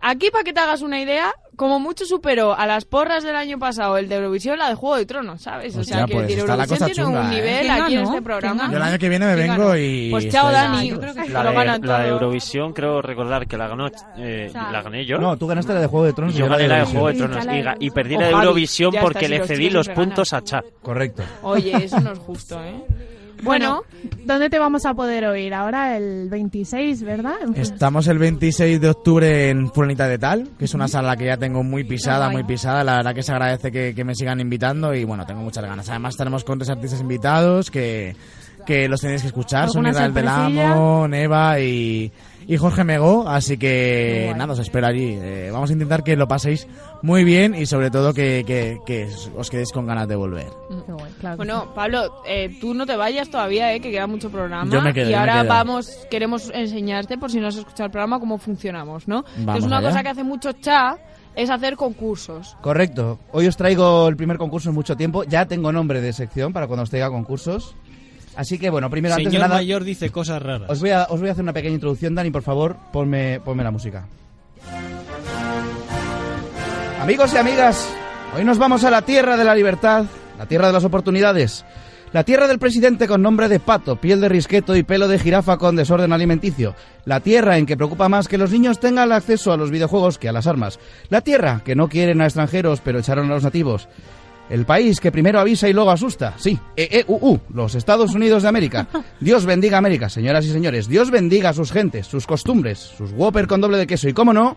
S10: aquí para que te hagas una idea, como mucho superó a las porras del año pasado el de Eurovisión, la de Juego de Tronos, ¿sabes? O sea,
S17: Hostia,
S10: que
S17: pues,
S10: el de
S17: está la
S10: Eurovisión
S17: cosa
S10: tiene un
S17: chunga, ¿eh?
S10: nivel
S16: ¿Quién
S10: aquí en
S16: ganó?
S10: este programa.
S16: ¿Quién
S17: Yo el año que viene me
S10: ¿Quién
S17: vengo
S10: ganó?
S17: y...
S10: Pues chao,
S17: estoy-
S10: Dani.
S13: La
S10: Lo ganan
S13: de, la de
S10: todo.
S13: Eurovisión creo recordar que la ganó eh, la gané yo.
S2: No, tú ganaste la de Juego de
S13: Y
S2: Tronos.
S13: yo
S2: y la
S13: gané la de Juego de
S2: Eurovisión.
S13: Tronos y, ga- y perdí la
S10: O
S13: de
S10: Javi,
S13: Eurovisión
S10: ya está,
S13: porque
S10: si
S13: le
S10: los
S13: cedí
S10: tienes
S13: los
S10: que
S13: puntos a Chad.
S2: Correcto.
S10: Oye, eso no es justo, ¿eh?
S16: Bueno, ¿dónde te vamos a poder oír? Ahora el 26, ¿verdad? En-
S17: Estamos el 26 de octubre en Fulanita de Tal, que es una sala que ya tengo muy pisada, muy pisada. La verdad que se agradece que, que me sigan invitando y bueno, tengo muchas ganas. Además tenemos con tres artistas invitados que, que los tenéis que escuchar. Son
S16: ¿Alguna
S17: Israel del
S16: sorpresilla?
S17: Amo, Neva y, y Jorge Megó. Así que nada, os espero allí. Eh, vamos a intentar que lo paséis muy bien y sobre todo que, que- que os quedéis con ganas de volver.
S10: Mm. Bueno, Pablo, eh, tú no te vayas todavía, eh, que queda mucho programa.
S17: Yo me quedo,
S10: y
S17: yo me
S10: ahora
S17: quedo.
S10: vamos, queremos enseñarte, por si no has escuchado el programa, cómo funcionamos, ¿no?
S2: Vamos
S10: Entonces, una
S2: allá.
S10: cosa que hace mucho Cha es hacer concursos.
S2: Correcto. Hoy os traigo el primer concurso en mucho tiempo. Ya tengo nombre de sección para cuando os traiga concursos. Así que bueno, primero antes de
S1: Señor
S2: nada
S1: mayor dice cosas raras.
S2: os voy a os voy a hacer una pequeña introducción, Dani, por favor, ponme ponme la música. Amigos y amigas, hoy nos vamos a la tierra de la libertad, la tierra de las oportunidades, la tierra del presidente con nombre de pato, piel de risqueto y pelo de jirafa con desorden alimenticio, la tierra en que preocupa más que los niños tengan acceso a los videojuegos que a las armas, la tierra que no quieren a extranjeros pero echaron a los nativos. El país que primero avisa y luego asusta. Sí, E EEUU, los Estados Unidos de América. Dios bendiga a América, señoras y señores. Dios bendiga a sus gentes, sus costumbres, sus Whopper con doble de queso y, cómo no,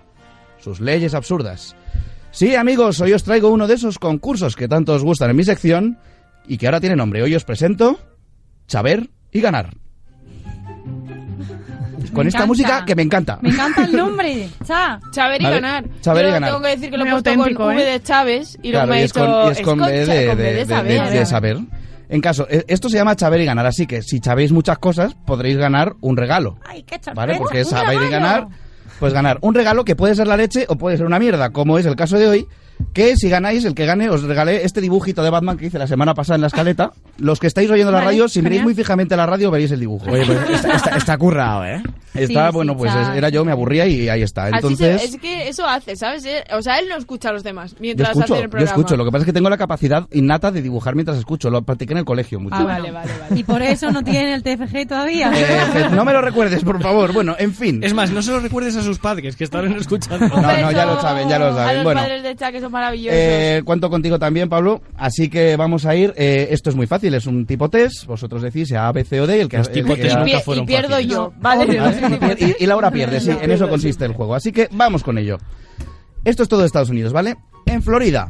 S2: sus leyes absurdas. Sí, amigos, hoy os traigo uno de esos concursos que tanto os gustan en mi sección y que ahora tiene nombre. Hoy os presento Saber y Ganar. Con esta
S15: encanta.
S2: música que me encanta.
S15: Me encanta el nombre. Cha.
S10: Saber y
S2: Vale,
S10: ganar.
S2: saber
S10: Yo
S2: y ganar.
S10: tengo que decir que lo he
S15: Muy
S10: puesto
S15: auténtico,
S10: con V
S15: ¿eh?
S10: de Chávez y
S2: Claro,
S10: luego me ha
S2: y es
S10: dicho
S2: con, y es con
S10: "Esconcha",
S2: B de,
S10: con B
S2: de-
S10: de
S2: de-
S10: saber.
S2: de- de saber. En caso, eh, esto se llama saber y ganar, así que si sabéis muchas cosas, podréis ganar un regalo.
S15: Ay, qué sorpresa.
S2: ¿Vale? Porque es
S15: Un
S2: saber y
S15: caballo.
S2: ganar, pues ganar un regalo que puede ser la leche o puede ser una mierda, como es el caso de hoy. Que si ganáis, el que gane, os regalé este dibujito de Batman que hice la semana pasada en la escaleta. Los que estáis oyendo la
S15: Vale,
S2: radio, si miráis
S15: genial.
S2: muy fijamente la radio, veréis el dibujo.
S17: Oye, pues está, está- está currado, ¿eh?
S2: Está,
S15: Sí,
S2: bueno,
S15: sí,
S2: pues
S15: está.
S2: era yo, me aburría y ahí está.
S10: Así se-
S2: Ah, Entonces.
S10: es que eso hace, ¿sabes? Eh, O sea, él no escucha a los demás
S2: Yo
S10: mientras
S2: escucho,
S10: hace el
S2: yo
S10: programa.
S2: escucho. Lo que pasa es que tengo la capacidad innata de dibujar mientras escucho. Lo practiqué en el colegio mucho.
S10: Ah, vale, vale, vale.
S15: Y por eso no tiene el TFG todavía.
S2: Eh, que no me lo recuerdes, por favor. Bueno, en fin.
S1: Es más, no se lo recuerdes a sus padres que estarán escuchando.
S2: No, no, ya lo saben, ya lo
S10: A
S2: saben.
S10: los
S2: Bueno,
S10: padres de Cha que son maravillosos.
S2: eh, cuento contigo también, Pablo. Así que vamos a ir. eh, esto es muy fácil, es un tipo test. Vosotros decís A, B, C o D. El que,
S1: Los
S2: el
S1: tipo
S2: que
S1: test
S2: haga-
S1: nunca
S10: Pie- y
S1: fueron
S10: pierdo
S1: fáciles.
S10: yo, ¿vale?
S2: ¿vale? Y pier- y, y Laura pierde, sí, en eso consiste el juego. Así que vamos con ello. Esto es todo de Estados Unidos, ¿vale? En Florida,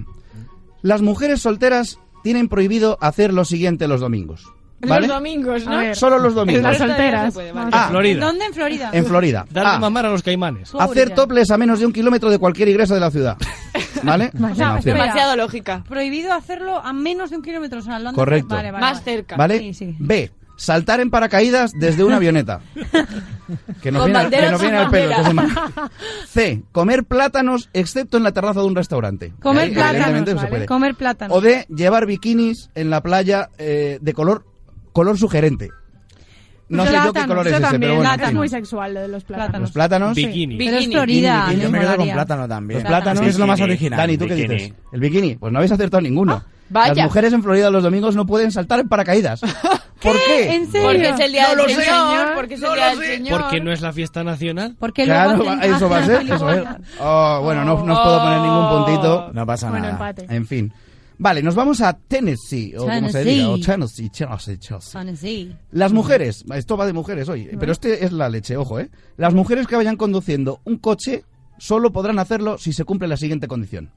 S2: las mujeres solteras tienen prohibido hacer lo siguiente los domingos. ¿Vale?
S10: Los domingos,
S16: A
S10: ¿no?
S16: ver.
S2: Solo los domingos.
S16: Las
S10: Esto ya se
S16: solteras.
S10: puede,
S16: Vamos
S2: Ah,
S10: vale.
S1: En Florida.
S15: ¿Dónde en Florida?
S2: En Florida. Ah.
S1: Darle
S2: A.
S1: mamar a los caimanes.
S2: Hacer toples a menos de un kilómetro de cualquier iglesia de la ciudad. ¿Vale?
S15: O sea,
S2: Una opción.
S15: espera.
S10: Demasiado lógica.
S15: Prohibido hacerlo a menos de un kilómetro. O sea, lo han de-
S2: Correcto.
S15: Vale, vale,
S10: Más
S15: vale.
S10: cerca.
S2: ¿Vale?
S15: Sí, sí.
S2: B. saltar en paracaídas desde una avioneta. Que nos
S19: Con
S2: viene, al-
S19: bandera
S2: que nos
S19: sin
S2: viene al pelo. que se
S19: bandera.
S2: ma- C. Comer plátanos excepto en la terraza de un restaurante.
S15: Comer
S2: Ahí,
S15: plátanos,
S2: Eh, evidentemente, no se
S15: ¿vale?
S2: puede.
S15: Comer plátanos.
S2: O D. Llevar bikinis en la playa eh, de color, color sugerente. No
S15: Pues
S2: sé yo qué
S16: Plátanos,
S2: color es
S16: yo
S2: ese, pero
S16: también.
S2: bueno. en
S16: Es
S2: fin.
S16: muy sexual lo de los plátanos.
S2: Los plátanos.
S15: Pero es Florida.
S2: Bikini,
S15: me
S2: me quedo
S15: molaría.
S2: Los plátanos
S17: Es lo más original.
S2: Dani, ¿tú qué
S17: Bikini.
S2: dices? El bikini. Pues no habéis acertado ninguno.
S15: Ah,
S19: vaya.
S2: Las mujeres en Florida los domingos no pueden saltar en paracaídas. ¿Por qué?
S15: ¿En serio?
S19: Porque es el día
S15: No
S19: del
S15: lo sé.
S19: señor, porque es el
S15: No
S19: día
S15: lo
S19: del
S15: sé.
S19: señor.
S1: Porque no es la fiesta nacional.
S15: Porque
S2: Claro,
S15: luego hacen-
S2: va- eso va a
S15: hacen
S2: ser. Eso es.
S15: película.
S2: Oh, bueno, no, no os puedo poner ningún puntito.
S17: No pasa
S15: Bueno, nada. empate.
S2: En fin. Vale, nos vamos a Tennessee, o como se
S15: Tennessee.
S2: diga, o Tennessee, Chelsea, Chelsea.
S15: Son así.
S2: Las mujeres, esto va de mujeres hoy, pero este es la leche, ojo, ¿eh? Las mujeres que vayan conduciendo un coche solo podrán hacerlo si se cumple la siguiente condición.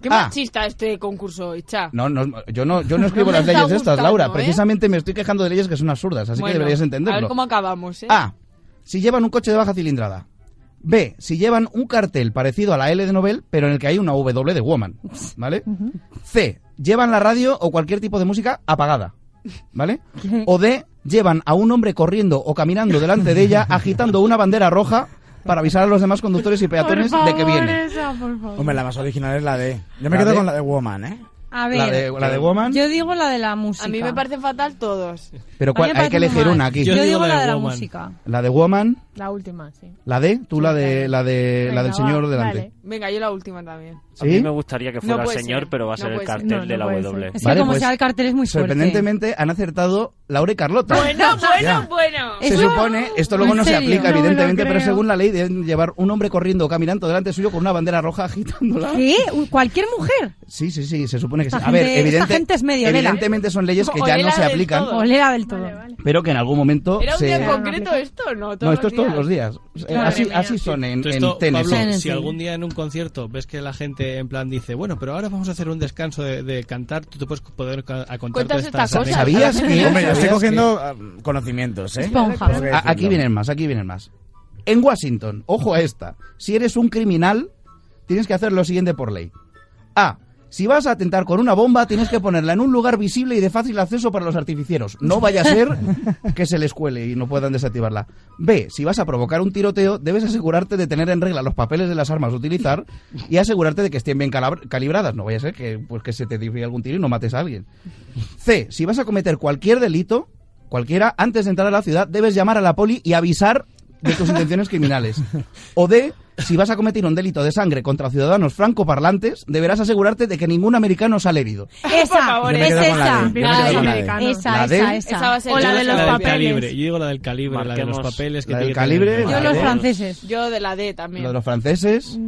S19: Qué
S2: Ah.
S19: machista este concurso, hoy, cha.
S2: No, no, yo no, yo no escribo
S19: No me
S2: las
S19: está
S2: leyes estas,
S19: gustando,
S2: Laura.
S19: ¿eh?
S2: Precisamente me estoy quejando de leyes que son absurdas, así
S19: Bueno,
S2: que deberías entenderlo. Ah.
S19: A ver cómo acabamos, ¿eh?
S2: A. Si llevan un coche de baja cilindrada. B. Si llevan un cartel parecido a la L de Nobel, pero en el que hay una W de Woman. ¿Vale? C. Llevan la radio o cualquier tipo de música apagada. ¿Vale? O D. Llevan a un hombre corriendo o caminando delante de ella agitando una bandera roja para avisar a los demás conductores y peatones de que viene.
S17: Hombre, la más original es la de. Yo me
S2: La
S17: quedo
S2: de-
S17: con la de Woman, ¿eh?
S15: A ver.
S2: La de- la de Woman.
S15: Yo digo la de la música.
S19: A mí me parece fatal todos.
S2: Pero cuál-
S15: A mí me
S2: hay que
S15: parece
S2: elegir
S15: muy
S2: una
S15: mal.
S2: aquí.
S15: Yo, digo la de la música.
S2: La de Woman,
S19: La última, sí.
S2: la D, tú la de la de Eh, la del señor delante.
S19: Venga, yo la última también.
S4: A mí me gustaría que
S19: No
S4: fuera
S19: puede
S4: señor,
S19: ser,
S4: pero va a
S19: no
S4: ser el
S19: puede ser.
S4: cartel
S19: No, no
S4: de la
S19: puede ser.
S4: W.
S15: Es que como sea el cartel es muy fuerte.
S2: pues, Sorprendentemente han acertado Laura y Carlota.
S19: Bueno,
S2: Ya.
S19: bueno, bueno.
S2: Se supone, esto luego
S19: ¿En
S2: no se
S19: serio?
S2: aplica
S19: No me lo
S2: evidentemente, pero
S19: creo.
S2: según la ley deben llevar un hombre corriendo o caminando delante suyo con una bandera roja agitándola.
S15: ¿Qué? ¿Un- ¿Cualquier mujer?
S2: Sí, sí, sí, se supone que sí.
S15: Esta
S2: A ver,
S15: gente-
S2: evidente-
S15: esta gente es medio lela.
S2: evidentemente son leyes que ya no
S15: Olera
S2: se
S15: del
S2: aplican,
S15: todo. Olera del todo.
S2: pero que en algún momento
S19: ¿Era un
S2: se...
S19: día en concreto esto o no?
S2: no, esto es
S19: los
S2: todos los días. Eh,
S19: Madre
S2: Así,
S19: mía.
S2: así son en,
S1: Entonces,
S2: en
S1: esto,
S2: Tennessee.
S1: Pablo, si algún día en un concierto ves que la gente en plan dice, bueno, pero ahora vamos a hacer un descanso de, de cantar, tú te puedes poder ca- a contar todas estas
S2: ¿Sabías que?
S17: Hombre, yo estoy
S2: ¿Sabías
S17: cogiendo
S2: que?
S17: um, conocimientos, ¿eh?
S15: Esponja.
S17: Tengo que
S2: A- aquí
S17: decirlo.
S2: vienen más, aquí vienen más. En Washington, ojo a esta. Si eres un criminal, tienes que hacer lo siguiente por ley. A. Si vas a atentar con una bomba, tienes que ponerla en un lugar visible y de fácil acceso para los artificieros. No vaya a ser que se les cuele y no puedan desactivarla. B. Si vas a provocar un tiroteo, debes asegurarte de tener en regla los papeles de las armas a utilizar y asegurarte de que estén bien calab- calibradas. No vaya a ser que, pues, que se te difíe algún tiro y no mates a alguien. C. Si vas a cometer cualquier delito, cualquiera, antes de entrar a la ciudad, debes llamar a la poli y avisar de tus intenciones criminales. O D. Si vas a cometer un delito de sangre contra ciudadanos francoparlantes, deberás asegurarte de que ningún americano sale herido.
S15: Esa,
S19: favor,
S15: es
S19: Yo me quedo
S15: esa.
S19: con la de- yo me quedo
S15: Ay,
S19: con la de.
S15: Esa,
S2: La de-
S15: esa, esa.
S19: Esa va a ser
S15: O la
S19: yo,
S15: de
S19: esa
S15: los
S19: va a ser
S1: del
S19: yo.
S1: calibre. Yo digo la del calibre, la de los papeles. Que
S2: La del
S1: tiene que tener
S2: calibre,
S1: en
S2: la
S1: la
S2: de- Yo los
S15: franceses.
S19: Yo de la D también.
S2: Lo de los franceses.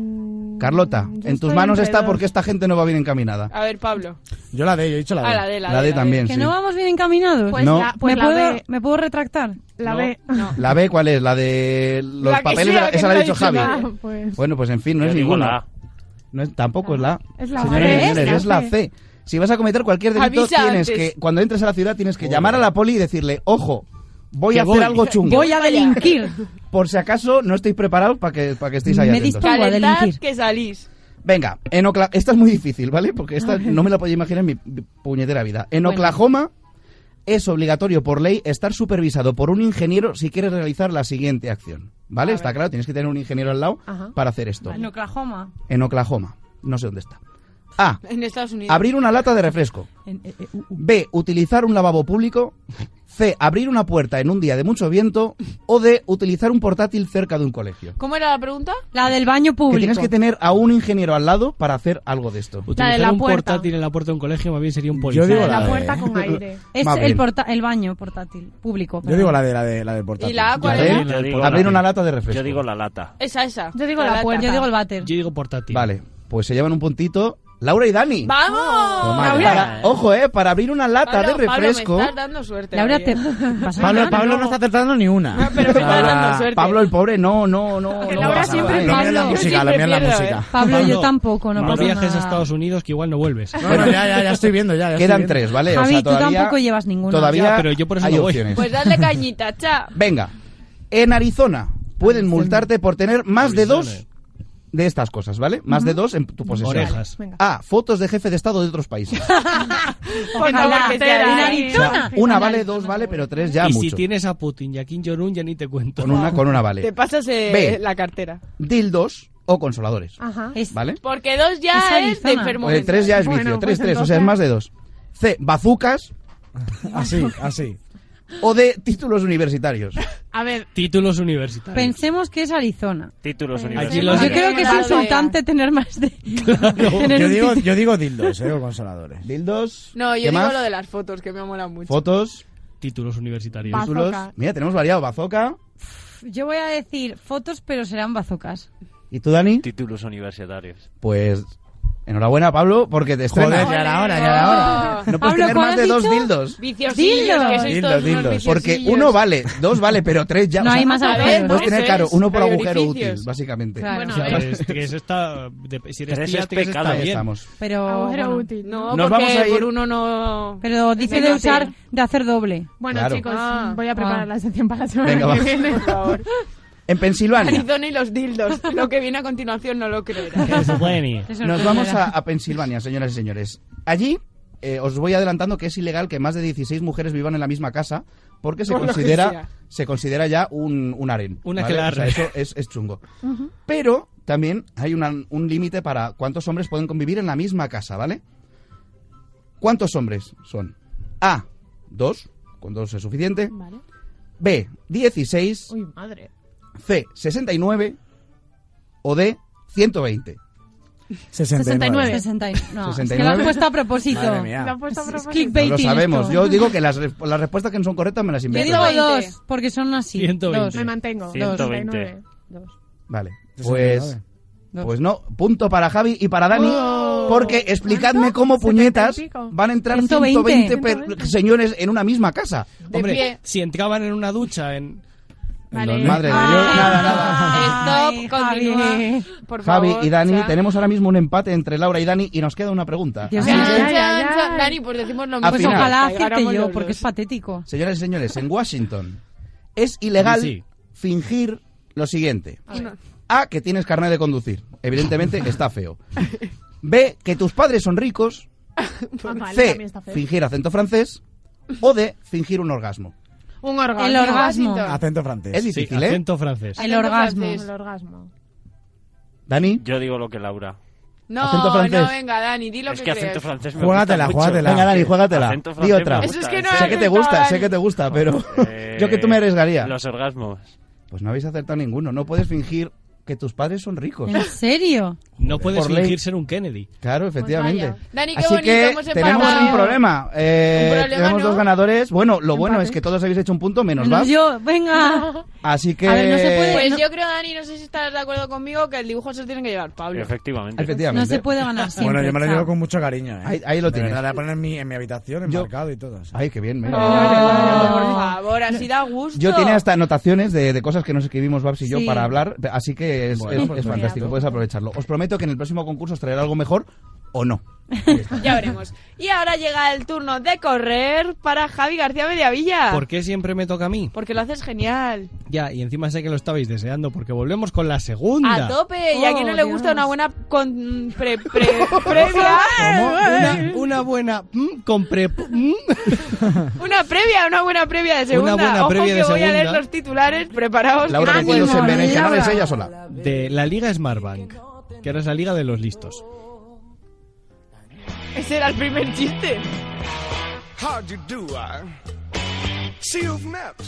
S2: Carlota, en tus manos
S19: entre
S2: está
S19: dos.
S2: porque esta gente no va bien encaminada.
S19: A ver, Pablo.
S17: Yo la de, yo he dicho la de.
S19: Ah, la de, la
S2: La
S19: de,
S2: D
S19: la de.
S2: también,
S15: ¿Que
S2: sí.
S15: no vamos bien encaminados?
S2: Pues No. la-
S16: pues
S15: ¿Me,
S16: la
S15: puedo,
S16: B.
S15: ¿Me puedo retractar?
S16: La B.
S2: ¿La B cuál es? La de los
S16: La que
S2: papeles.
S16: sea,
S2: de la-
S16: que
S2: esa
S16: no
S2: la ha
S16: ha
S2: dicho
S16: dicho
S2: Javi.
S16: nada, pues.
S2: Bueno, pues en fin, no
S4: Yo
S2: es
S4: digo la
S2: ninguna.
S4: A.
S2: No es- tampoco es la A.
S16: Es la
S2: Señores,
S16: C,
S2: señores,
S16: es
S2: es
S16: la
S2: la C. Si vas a cometer cualquier delito,
S19: Avisa
S2: tienes
S19: antes.
S2: que, cuando entres a la ciudad, tienes que llamar a la poli y decirle, ojo, voy
S1: Que
S2: a hacer
S1: voy.
S2: algo chungo.
S15: Voy a delinquir.
S2: Por si acaso no estáis preparados para que, para que estéis ahí
S15: Me
S2: atentos.
S15: dispongo a
S19: Calentad
S15: delinquir.
S19: que salís.
S2: Venga, en Ocla- esta es muy difícil, ¿vale? Porque esta no me la podía imaginar en mi puñetera vida. En
S15: Bueno.
S2: Oklahoma es obligatorio por ley estar supervisado por un ingeniero si quieres realizar la siguiente acción, ¿vale?
S15: A
S2: Está
S15: ver.
S2: claro, tienes que tener un ingeniero al lado
S15: Ajá.
S2: para hacer esto.
S15: En Oklahoma.
S2: En Oklahoma, no sé dónde está. A.
S19: En Estados Unidos.
S2: Abrir una lata de refresco.
S15: En- eh, eh, uh, uh.
S2: B. Utilizar un lavabo público. C. Abrir una puerta en un día de mucho viento. O D. Utilizar un portátil cerca de un colegio.
S19: ¿Cómo era la pregunta?
S15: La del baño
S2: Que
S15: público.
S2: tienes que tener a un ingeniero al lado para hacer algo de esto.
S1: Utilizar
S15: la
S1: un
S15: puerta.
S1: portátil en la puerta de un colegio más bien sería un policía.
S17: digo
S16: La
S17: la
S16: puerta
S17: de-
S16: con aire.
S15: Es
S2: Más
S15: el,
S2: bien.
S15: porta- el baño portátil, público.
S17: Yo digo la de, la de, la de portátil.
S19: ¿Y la A cuál
S2: ¿Eh?
S19: era?
S4: Yo digo
S2: Abrir
S4: la
S2: abrir
S4: lata.
S2: una lata de refresco.
S4: Yo digo la lata.
S19: Esa, esa.
S16: Yo digo la
S19: lata.
S16: puerta.
S15: Yo digo el váter.
S1: Yo digo portátil.
S2: Vale, pues se llevan un puntito Laura y Dani.
S19: ¡Vamos!
S2: Para- ojo, eh, para abrir una lata
S19: Pablo,
S2: de
S19: Pablo,
S2: refresco.
S19: me estás dando suerte. ¿eh?
S15: Laura, te...
S19: María.
S15: ¿vas a
S17: Pablo,
S15: ganar?
S17: Pablo no está acertando ni una.
S19: Pero me estás dando
S17: Pablo-
S19: suerte.
S2: Pablo el pobre, no, no, no.
S16: Que
S2: no
S16: Laura
S2: pasa
S16: siempre
S2: nada,
S17: Lo mío
S2: eh.
S17: es la
S19: Pablo.
S17: música, lo mío es la
S19: Yo siempre
S17: música.
S15: Pablo, yo tampoco, no
S1: más
S15: pasa
S1: viajes
S15: nada.
S1: a Estados Unidos que igual no vuelves.
S17: Bueno, ya, ya, ya estoy viendo, ya. ya estoy
S2: Quedan
S17: viendo.
S2: tres, ¿vale?
S15: Javi,
S2: o sea,
S15: tú
S2: todavía,
S15: tampoco llevas ninguna.
S2: Todavía
S1: Ya, pero yo por eso
S2: hay
S1: no voy.
S2: opciones.
S19: Pues dale cañita, cha.
S2: Venga, en Arizona pueden multarte por tener más de dos de estas cosas, ¿vale? Más de dos en tu posesión.
S1: Orejas.
S16: Venga.
S2: A. Fotos de jefe de Estado de otros países.
S18: Ojalá.
S2: O sea, una vale, dos vale, pero tres ya
S1: y si
S2: mucho.
S1: tienes a Putin y a Kim Jong-un, ya ni te cuento.
S2: Con una, con una
S10: Te
S2: vale.
S10: pasas eh,
S2: Ve.
S10: la cartera.
S2: Dildos o consoladores.
S16: Ajá.
S2: ¿Vale?
S10: Porque dos
S16: Esa
S10: ya es, de
S16: Arizona.
S10: enfermo.
S2: Pues el tres ya es
S16: Bueno,
S2: vicio. Tres,
S16: pues
S2: tres. O sea, es
S16: entonces-
S2: más de dos. C. Bazucas
S17: Así, así.
S2: o D. Títulos universitarios.
S16: A ver,
S1: Títulos universitarios.
S15: Pensemos que es Arizona.
S20: Títulos
S1: Allí
S20: universitarios.
S1: los-
S15: Yo creo que es
S10: Claro.
S15: insultante tener más de... tener
S17: Yo
S15: un
S17: digo,
S15: título.
S17: yo digo dildos, eh, o consoladores.
S2: Dildos.
S10: No, yo
S2: ¿Qué
S10: digo
S2: más?
S10: lo de las fotos, que me mola mucho.
S2: Fotos,
S1: Títulos universitarios.
S16: Bazuca.
S2: títulos. Mira, tenemos variado. Bazoca.
S15: Yo voy a decir fotos, pero serán bazocas.
S2: ¿Y tú, Dani?
S4: Títulos universitarios.
S2: Pues enhorabuena, Pablo, porque te
S17: Joder,
S2: estrenas.
S17: ya era hora,
S10: ya era hora.
S2: No puedes
S15: Pablo,
S2: tener
S15: ¿cuál
S2: más
S15: has
S2: de dos
S15: dicho?
S2: dildos.
S10: Viciosillos, que sois
S17: Dildos,
S10: todos unos
S17: dildos.
S10: viciosillos.
S2: Porque uno vale, dos vale, pero tres ya.
S15: No hay más
S10: a ver,
S15: agujeros.
S2: Puedes
S10: Eso
S2: tener,
S10: es,
S2: claro, uno por
S10: hay
S2: agujero
S10: orificios.
S2: útil, básicamente.
S15: Claro. Bueno,
S1: O
S15: a
S1: sea,
S15: ver.
S1: tres- tres está. de- si eres
S4: Tres
S1: tía,
S4: es
S1: tres está
S4: pecado.
S2: Ahí
S1: bien.
S2: estamos.
S15: Pero,
S16: agujero
S15: bueno.
S16: útil.
S10: No,
S2: Nos
S10: porque
S2: vamos a ir-
S10: por uno no...
S15: pero dice
S10: Venga,
S15: de usar,
S10: sí.
S15: de hacer doble.
S16: Bueno,
S2: Claro.
S16: chicos,
S10: Ah,
S16: voy a preparar
S15: ah.
S16: la sección para la semana
S2: Venga,
S16: que
S2: va.
S16: viene.
S10: Por favor.
S2: En Pensilvania.
S10: Arizona y los dildos. Lo que viene a continuación no lo creerás.
S1: Pennsylvania.
S15: Te
S2: Nos
S15: sorprenderá.
S2: vamos a, a Pensilvania, señoras y señores. Allí eh, os voy adelantando que es ilegal que más de 16 mujeres vivan en la misma casa porque se
S10: Por lo que
S2: considera
S10: sea.
S2: se considera ya un, un harén.
S1: Un
S2: ¿vale?
S1: aquelarre.
S2: O sea, eso es, es chungo. Pero también hay una- un límite para cuántos hombres pueden convivir en la misma casa, ¿vale? ¿Cuántos hombres son? A, 2, con 2 es suficiente.
S16: Vale.
S2: B, 16.
S16: Uy, madre.
S2: C, 69. O D, 129.
S17: 69.
S15: 69. No, es que
S2: 69.
S15: lo has puesto a propósito.
S17: Madre
S16: Lo
S17: mía.
S16: han puesto a
S15: Es- es
S16: propósito.
S15: clickbait.
S2: No lo sabemos.
S15: esto.
S2: Yo digo que las, re- las respuestas que no son correctas me las
S15: Yo
S2: invento.
S15: digo
S10: 120.
S15: dos, porque son así.
S1: 120.
S15: Dos.
S16: Me mantengo.
S4: 120.
S16: 69. Dos.
S2: Vale. Pues,
S17: 69.
S15: Dos.
S2: pues no. Punto para Javi y para Dani. Porque explicadme
S16: ¿Cuánto?
S2: cómo
S16: ¿Setenta y
S2: puñetas
S16: pico?
S2: van a entrar
S15: 120.
S2: 120, per- señores en una misma casa.
S10: De
S1: Hombre,
S10: pie.
S1: si entraban en una ducha, en.
S16: Vale.
S2: Madre de Dios.
S15: Ah.
S2: Nada, nada.
S15: Ay,
S10: Stop, continúa.
S15: Javi.
S10: Por favor.
S2: Javi y Dani,
S10: o sea.
S2: tenemos ahora mismo un empate entre Laura y Dani y nos queda una pregunta.
S15: Dios
S2: Así
S15: mío.
S2: que,
S10: Chan,
S16: Ay, ay,
S10: chan,
S16: ay.
S10: chan. Dani, pues decimos lo
S2: Al
S10: mismo.
S15: Pues
S2: final.
S15: ojalá
S10: Ay, ganamos
S15: acierte yo,
S10: los
S15: porque
S10: dos.
S15: es patético.
S2: señoras y señores, en Washington es ilegal
S1: Sí, sí.
S2: fingir lo siguiente.
S18: Ah,
S2: A, que tienes carnet de conducir. Evidentemente está feo. B, que tus padres son ricos.
S16: Ah, vale,
S2: C,
S16: también está feo.
S2: fingir acento francés. O D, fingir un orgasmo.
S16: Un orgasmo.
S15: El orgasmo.
S10: Washington.
S17: Acento francés.
S2: Es
S1: Sí,
S2: difícil, ¿eh?
S1: acento francés.
S15: El orgasmo.
S10: francés.
S16: El orgasmo.
S2: Dani,
S4: Yo digo lo que Laura.
S2: Acento
S10: No, eh.
S2: francés.
S10: no, venga, Dani, di lo
S4: es
S10: que,
S4: que acento
S10: crees.
S4: francés me gusta
S17: Juégatela,
S4: mucho.
S17: juégatela.
S2: venga, Dani, juégatela.
S4: Acento
S2: Di
S4: francés
S2: otra.
S4: me
S10: Eso es
S4: gusta,
S10: que no
S4: ¿eh?
S2: Sé que te gusta,
S10: Estaban-
S2: sé que te gusta, pero
S4: Eh,
S2: yo que tú me arriesgaría.
S4: Los orgasmos.
S2: Pues no habéis acertado ninguno. No puedes fingir que tus padres son ricos.
S15: ¿En serio?
S1: No puedes
S2: Por ley.
S1: fingir ser un Kennedy.
S2: Claro, efectivamente.
S16: vaya.
S10: Dani, qué
S2: Así
S10: bonito,
S2: que
S10: hemos
S2: tenemos
S10: empatado.
S2: un problema. Eh,
S10: Un problema,
S2: tenemos
S10: ¿no?
S2: dos ganadores. Bueno, lo bueno
S16: Empate.
S2: es que todos habéis hecho un punto menos
S15: No,
S2: Bab.
S15: yo, venga.
S2: Así que
S15: A ver, no se puede-
S10: Pues
S15: No.
S10: yo creo, Dani, no sé si estás de acuerdo conmigo, que el dibujo se lo tiene que llevar Pablo.
S4: Efectivamente.
S2: efectivamente.
S15: No se puede ganar siempre.
S17: Bueno, yo me lo
S15: chao.
S17: llevo con mucho cariño, eh.
S2: Ahí, ahí lo
S17: De
S2: tienes.
S17: verdad, la voy a poner en mi, en mi habitación,
S2: Yo-
S17: enmarcado y todo. o sea.
S2: Ay, qué bien. mira.
S15: Ah.
S10: Oh, por favor, así da gusto.
S2: Yo tiene hasta anotaciones de, de cosas que nos escribimos Babs y yo
S15: Sí.
S2: para hablar, así que es,
S17: Bueno,
S2: es-
S17: pues
S2: es
S17: mira,
S2: fantástico,
S17: tú.
S2: puedes aprovecharlo. Os prometo que en el próximo concurso os traeré algo mejor o no.
S10: Ya veremos. Y ahora llega el turno de correr para Javi García Mediavilla.
S1: ¿Por qué siempre me toca a mí?
S10: Porque lo haces genial.
S1: Ya, y encima sé que lo estabais deseando, porque volvemos con la segunda.
S10: A tope. y a quien no
S16: Oh,
S10: le gusta
S16: Dios.
S10: una buena con pre, pre- previa.
S1: Una, una buena mm, con pre- mm.
S10: Una previa, una buena previa de segunda.
S1: buena
S10: Ojo
S1: previa
S10: que
S1: de
S10: voy a leer
S1: segunda.
S10: los titulares. Preparaos. Ah,
S2: Laura
S10: que-
S2: metiéndose en
S16: Laura.
S2: berenjenales ella sola.
S1: de la Liga Smartbank, que ahora es la Liga de los Listos.
S10: Ese era el primer chiste.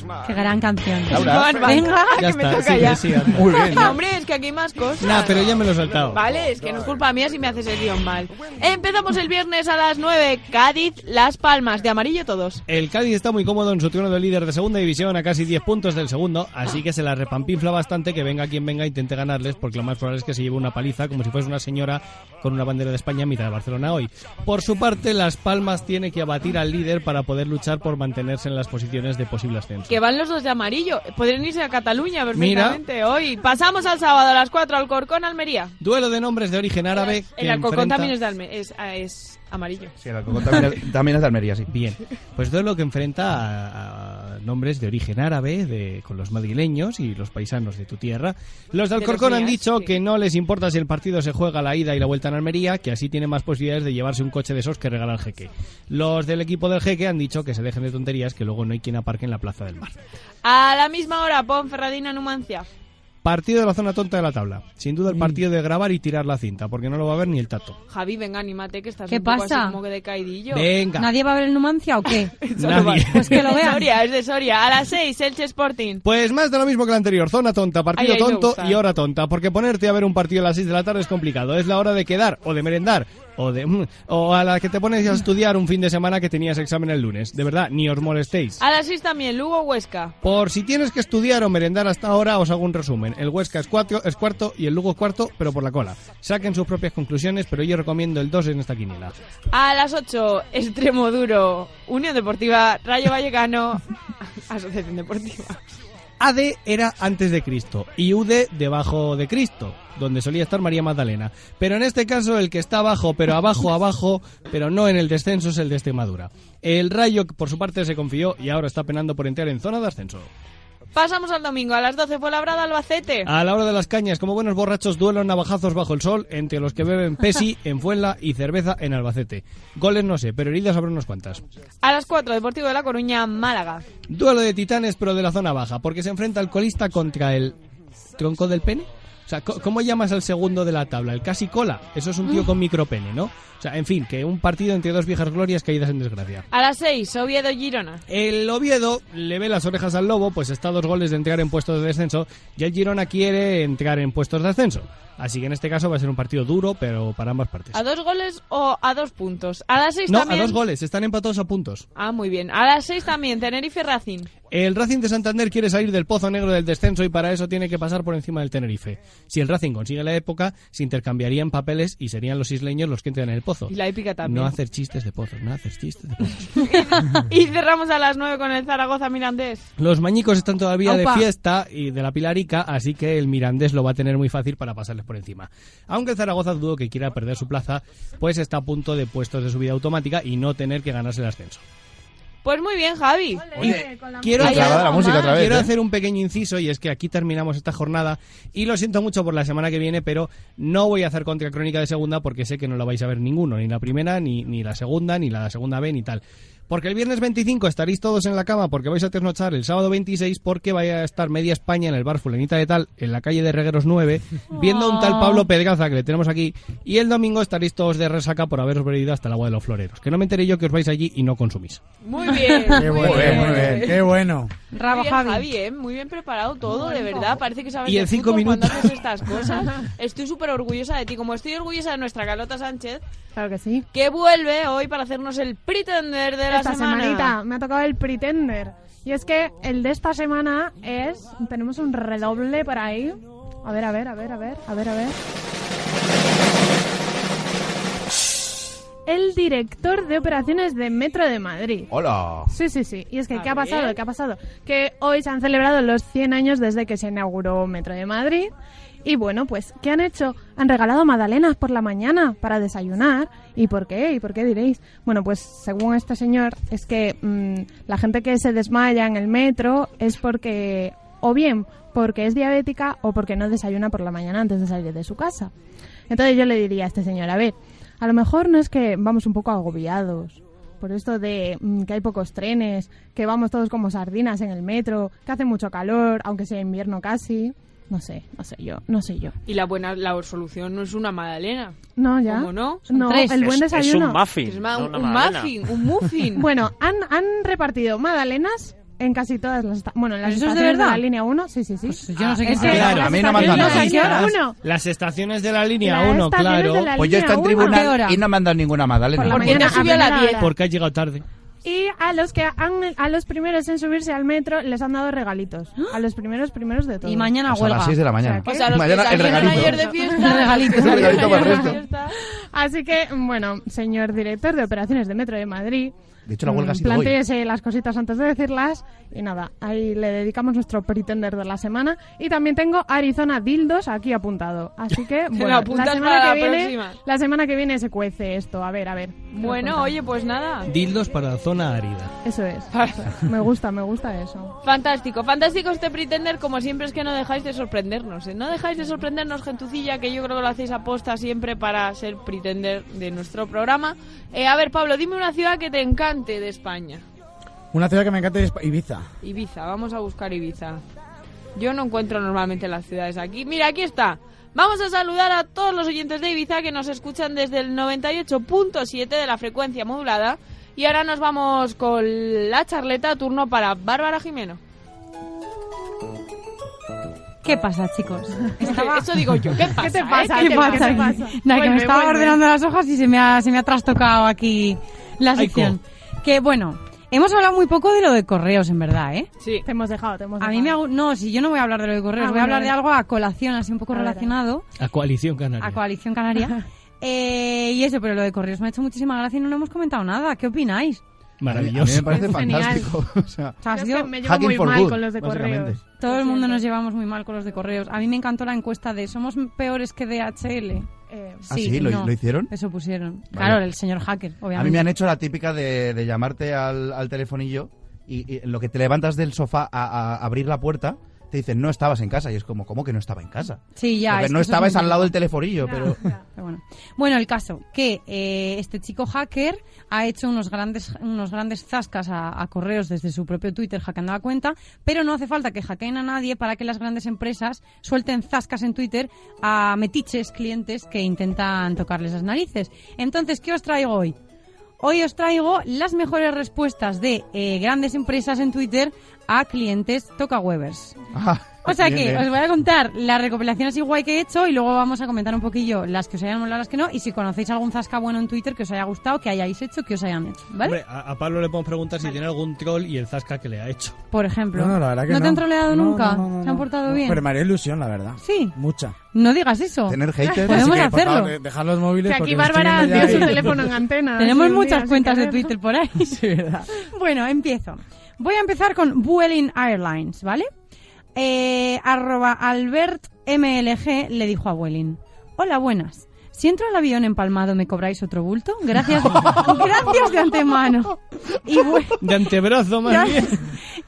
S16: Ah.
S15: Qué gran canción.
S2: Laura.
S10: Van, van.
S15: Venga.
S10: Ah,
S1: Ya
S10: que me
S1: está,
S10: toca
S1: sigue,
S10: ya.
S1: sigue, anda.
S2: Muy bien.
S10: No, hombre, es que aquí hay más cosas.
S1: Nah, pero ya me lo he saltado.
S10: Vale, es que no es culpa mía si me haces el guión mal. Empezamos el viernes a las 9. Cádiz, Las Palmas. De amarillo todos.
S1: El Cádiz está muy cómodo en su turno de líder de segunda división a casi 10 puntos del segundo, así que se la repampinfla bastante que venga quien venga e intente ganarles, porque lo más probable es que se lleve una paliza como si fuese una señora con una bandera de España en mitad de Barcelona hoy. Por su parte, Las Palmas tiene que abatir al líder para poder luchar por mantenerse en las posiciones de posible ascenso.
S10: Que van los dos de amarillo. Podrían irse a
S1: Mira.
S10: Cataluña perfectamente hoy. Pasamos al sábado a las 4 al Corcón, Almería.
S1: Duelo de nombres de origen árabe.
S10: El
S1: que
S10: Alcorcón
S1: enfrenta-
S10: también es, de Alme- es, ah, es amarillo.
S2: Sí, el alcohol también, es- también es de Almería, sí.
S1: Bien, pues duelo que enfrenta a, a nombres de origen árabe de, con los madrileños y los paisanos de tu tierra. Los de Alcorcón
S21: los
S1: han
S21: míos,
S1: dicho
S21: sí.
S1: que no les importa si el partido se juega la ida y la vuelta en Almería, que así tienen más posibilidades de llevarse un coche de esos que regala el jeque. Los del equipo del jeque han dicho que se dejen de tonterías, que luego no hay quien aparque en la Plaza del Mar.
S10: A la misma hora, Ponferradina Numancia.
S1: Partido de la zona tonta de la tabla. Sin duda el partido de grabar y tirar la cinta, porque no lo va a ver ni el tato.
S10: Javi, venga, anímate, que estás
S15: ¿Qué
S10: un poco
S15: pasa?
S10: así como que de caidillo.
S1: Venga.
S15: ¿Nadie va a ver el Numancia o qué?
S1: Nadie.
S15: Pues que lo
S10: Es de
S15: vean.
S10: Soria, es de Soria. A las 6, Elche Sporting.
S1: Pues más de lo mismo que el anterior, zona tonta, partido
S10: Ay, ay, me
S1: tonto
S10: gusta.
S1: y hora tonta, porque ponerte a ver un partido a las 6 de la tarde es complicado, es la hora de quedar o de merendar o de mm, o a la que te pones a estudiar un fin de semana que tenías examen el lunes, de verdad, ni os molestéis.
S10: A las 6 también, Lugo Huesca.
S1: Por si tienes que estudiar o merendar hasta ahora, os hago un resumen. El Huesca es, cuatro, es cuarto y el Lugo es cuarto, pero por la cola. Saquen sus propias conclusiones, pero yo recomiendo el 2 en esta quiniela.
S10: A las 8, Extremo Duro, Unión Deportiva, Rayo Vallecano, Asociación Deportiva.
S1: AD era antes de Cristo y UD debajo de Cristo, donde solía estar María Magdalena. Pero en este caso el que está abajo, pero abajo, abajo, pero no en el descenso es el de Extremadura. El Rayo, por su parte, se confió y ahora está penando por entrar en zona de ascenso.
S10: Pasamos al domingo, a las 12, Fuenlabrada, Albacete.
S1: A la hora de las cañas, como buenos borrachos, duelos navajazos bajo el sol entre los que beben Pesi en Fuenla y cerveza en Albacete. Goles no sé, pero heridas habrá unas cuantas.
S10: A las 4, Deportivo de La Coruña, Málaga.
S1: Duelo de titanes, pero de la zona baja, porque se enfrenta el colista contra el tronco del pene. O sea, co- ¿cómo llamas al segundo de la tabla? El casi cola. Eso es un tío con micropene, ¿no? O sea, en fin, que un partido entre dos viejas glorias caídas en desgracia.
S10: A las 6, Oviedo, Girona.
S1: El Oviedo le ve las orejas al lobo, pues está a dos goles de entrar en puestos de descenso y el Girona quiere entrar en puestos de ascenso. Así que en este caso va a ser un partido duro, pero para ambas partes.
S10: ¿A dos goles o a dos puntos? A las 6
S1: No, a
S10: también.
S1: dos goles, están empatados a puntos.
S10: Ah, muy bien. A las 6 también, Tenerife Racing.
S1: El Racing de Santander quiere salir del pozo negro del descenso y para eso tiene que pasar por encima del Tenerife. Si el Racing consigue la época, se intercambiarían papeles y serían los isleños los que entran en el pozo.
S10: Y la épica también.
S1: No hacer chistes de pozos, no hacer chistes de pozos.
S10: Y cerramos a las 9 con el Zaragoza Mirandés.
S1: Los mañicos están todavía
S10: Aupa.
S1: de fiesta y de la pilarica, así que el mirandés lo va a tener muy fácil para pasarles por encima. Aunque el Zaragoza dudo que quiera perder su plaza, pues está a punto de puestos de subida automática y no tener que ganarse el ascenso.
S10: Pues muy bien, Javi.
S1: Quiero,
S2: Muy clavada la música otra vez,
S1: quiero
S2: ¿eh?
S1: hacer un pequeño inciso y es que aquí terminamos esta jornada y lo siento mucho por la semana que viene, pero no voy a hacer contra crónica de segunda porque sé que no la vais a ver ninguno, ni la primera, ni, ni la segunda, ni la segunda B, ni tal. Porque el viernes 25 estaréis todos en la cama porque vais a trasnochar el sábado 26 porque vaya a estar media España en el bar Fulanita de Tal, en la calle de Regueros 9, viendo a un
S2: Oh.
S1: tal Pablo Pedraza que le tenemos aquí y el domingo estaréis todos de resaca por haberos bebido hasta el agua de los floreros. Que no me enteré yo que os vais allí y no consumís.
S10: Muy bien.
S17: Qué bueno, muy bien, qué bueno.
S10: Muy bien, Javi, ¿eh? muy bien preparado todo, de verdad. Parece que sabes
S1: Y en
S10: de
S1: cinco
S10: fútbol cuando
S1: minutos.
S10: haces estas cosas. Estoy súper orgullosa de ti, como estoy orgullosa de nuestra Carlota Sánchez,
S16: Claro que sí.
S10: que vuelve hoy para hacernos el pretender de la
S16: esta
S10: semana.
S16: semanita me ha tocado el Pretender. Y es que el de esta semana es... Tenemos un redoble por ahí. A ver, a ver, a ver, a ver, a ver, a ver. El director de operaciones de Metro de Madrid.
S2: Hola.
S16: Sí, sí, sí. Y es que,
S10: A
S16: ¿qué ha pasado?
S10: ver.
S16: ¿Qué ha pasado? Que hoy se han celebrado los 100 años desde que se inauguró Metro de Madrid. Y bueno, pues, ¿qué han hecho? Han regalado magdalenas por la mañana para desayunar. ¿Y por qué? ¿Y por qué diréis? Bueno, pues, según este señor, es que mm, la gente que se desmaya en el metro es porque, o bien porque es diabética o porque no desayuna por la mañana antes de salir de su casa. Entonces yo le diría a este señor, a ver, a lo mejor no es que vamos un poco agobiados por esto de mm, que hay pocos trenes, que vamos todos como sardinas en el metro, que hace mucho calor, aunque sea invierno casi. No sé, no sé yo, no sé yo.
S10: Y la buena la solución no es una magdalena.
S16: No, ¿Ah, ya.
S10: ¿Cómo no? Son
S16: No,
S10: tres.
S16: el buen
S10: Es- es un
S16: desayuno.
S10: muffin, Es ma- no una un magdalena. muffin, un muffin.
S16: bueno, han, han repartido magdalenas en casi todas las esta- bueno en las
S15: ¿Pero eso es de
S16: estaciones
S15: verdad? Pues
S16: la línea 1 sí sí sí
S15: yo no sé qué
S16: Es
S15: es.
S1: Ah,
S16: que
S15: Claro,
S16: las
S15: a mí no me
S16: estaciones
S15: han dado
S16: de la
S15: nada.
S16: línea
S15: Las-
S16: 1.
S1: Las estaciones de la línea
S16: Las
S1: 1,
S16: estaciones
S1: claro.
S16: de la
S2: Pues yo está en
S16: Línea uno. ¿A qué
S2: tribunal
S16: hora?
S2: y no me han dado ninguna magdalena.
S16: Por la Porque mañana, no subió a la primera 10. hora.
S1: Porque ha llegado tarde.
S16: Y a los que han, a los primeros en subirse al metro les han dado regalitos. A los primeros primeros de todos.
S15: Y mañana
S2: O sea, a las huelga. 6 de la mañana.
S16: que-
S2: O sea, los que Mañana el salieron regalito. ayer
S15: de fiesta, El regalito. el regalito para el resto.
S16: Así que, bueno, señor director de operaciones de Metro de Madrid,
S2: De hecho, la huelga
S16: Mm,
S2: ha sido hoy.
S16: plantéese las cositas antes de decirlas. Y nada, ahí le dedicamos nuestro pretender de la semana. Y también tengo Arizona Dildos aquí apuntado. Así que,
S10: lo
S16: bueno,
S10: apuntas
S16: la semana,
S10: para
S16: que
S10: la
S16: viene,
S10: próxima.
S16: la semana que viene se cuece esto. A ver, a ver.
S10: Bueno, oye, pues
S16: Ah.
S10: nada.
S1: Dildos para zona árida.
S16: Eso es. eso es. Me gusta, me gusta eso.
S10: Fantástico, fantástico este pretender, como siempre es que no dejáis de sorprendernos, ¿eh? No dejáis de sorprendernos, gentucilla, que yo creo que lo hacéis aposta siempre para ser pretender de nuestro programa. Eh, a ver, Pablo, dime una ciudad que te encante de España.
S17: Una ciudad que me encanta es Ibiza.
S10: Ibiza, vamos a buscar Ibiza. Yo no encuentro normalmente las ciudades aquí. Mira, aquí está. Vamos a saludar a todos los oyentes de Ibiza que nos escuchan desde el 98.7 de la frecuencia modulada. Y ahora nos vamos con la charleta turno para Bárbara Jimeno.
S15: ¿Qué pasa, chicos?
S10: Eso digo yo. ¿Qué pasa?
S16: te
S10: eh?
S16: pasa?
S10: ¿Qué
S16: ¿Qué
S10: te pasa?
S16: pasa?
S15: Nada, que
S16: Vuelve,
S15: me estaba
S16: vuelve.
S15: ordenando las hojas y se me ha, se me ha trastocado aquí la
S16: Ay,
S15: sección. Que bueno, hemos hablado muy poco de lo de correos, en verdad, ¿eh?
S10: Sí.
S16: Te hemos dejado, te
S15: A
S16: hemos dejado.
S15: mí me ha gu- No, si yo no voy a hablar de lo de correos,
S16: Ah,
S15: voy a
S16: bueno,
S15: hablar de
S16: vale.
S15: algo
S16: Ah,
S15: a colación, así un poco relacionado
S1: A coalición
S15: a
S1: canaria.
S15: Coalición Canaria. Eh, y eso, pero lo de correos me ha hecho muchísima gracia y no lo hemos comentado nada. ¿Qué opináis?
S1: Maravilloso.
S2: A mí me parece
S16: Es genial.
S2: fantástico. O sea,
S15: O sea, ha
S16: Yo
S15: sido-
S16: es que me llevo Hacking muy for mal good, con los de básicamente. correos.
S15: Todo
S16: Lo
S15: el mundo
S16: siento.
S15: nos llevamos muy mal con los de correos. A mí me encantó la encuesta de ¿somos peores que DHL?
S16: Eh,
S2: Ah, sí, ¿lo- lo hicieron?
S15: Eso pusieron. Claro, el señor hacker, obviamente.
S2: A mí me han hecho la típica de, de llamarte al, al telefonillo y, y en lo que te levantas del sofá a, a abrir la puerta, te dicen no estabas en casa. Y es como, ¿cómo que no estaba en casa?
S15: Sí, ya.
S2: Porque
S15: es
S2: no
S15: que eso
S2: estabas
S15: es muy
S2: al lado del
S15: típico.
S2: telefonillo, pero...
S15: Pero bueno. Bueno, el caso, que eh, este chico hacker ha hecho unos grandes, unos grandes zascas a, a correos desde su propio Twitter hackeando la cuenta, pero no hace falta que hackeen a nadie para que las grandes empresas suelten zascas en Twitter a metiches clientes que intentan tocarles las narices. Entonces, ¿qué os traigo hoy? Hoy os traigo las mejores respuestas de eh, grandes empresas en Twitter a clientes tocahuevers. O sea
S2: Ah, Bien,
S15: que
S2: bien.
S15: os voy a contar las recopilaciones igual que he hecho y luego vamos a comentar un poquillo las que os hayan molado, las que no. Y si conocéis algún zasca bueno en Twitter que os haya gustado, que hayáis hecho, que os hayan hecho. ¿Vale?
S1: Hombre, a, a Pablo le podemos preguntar si tiene algún troll y el zasca que le ha hecho.
S15: Por ejemplo.
S17: No, no, la verdad que
S15: te
S17: no.
S15: han troleado
S17: No,
S15: nunca?
S17: no, no, no,
S15: ¿Se han
S17: no.
S15: portado
S17: No,
S15: bien?
S17: Pero me haría ilusión, la verdad.
S15: Sí.
S17: Mucha.
S15: No digas eso.
S17: Tener haters.
S15: Podemos
S17: Así que, por
S15: hacerlo.
S17: favor, de- dejad los móviles.
S16: Que aquí
S17: porque me estoy
S16: Bárbara
S17: yendo
S16: dio
S17: ya
S16: su
S17: y-
S16: teléfono en antena.
S15: Tenemos
S16: así un día,
S15: muchas
S16: sin
S15: cuentas de
S16: querer.
S15: Twitter por ahí. Bueno, empiezo. Voy a empezar con Vueling Airlines, ¿vale? Eh, arroba Albert MLG le dijo a Vueling. Hola, buenas. Si entro al avión empalmado, ¿me cobráis otro bulto? Gracias, gracias de antemano. Y, Vue-
S1: De antebrazo, más bien.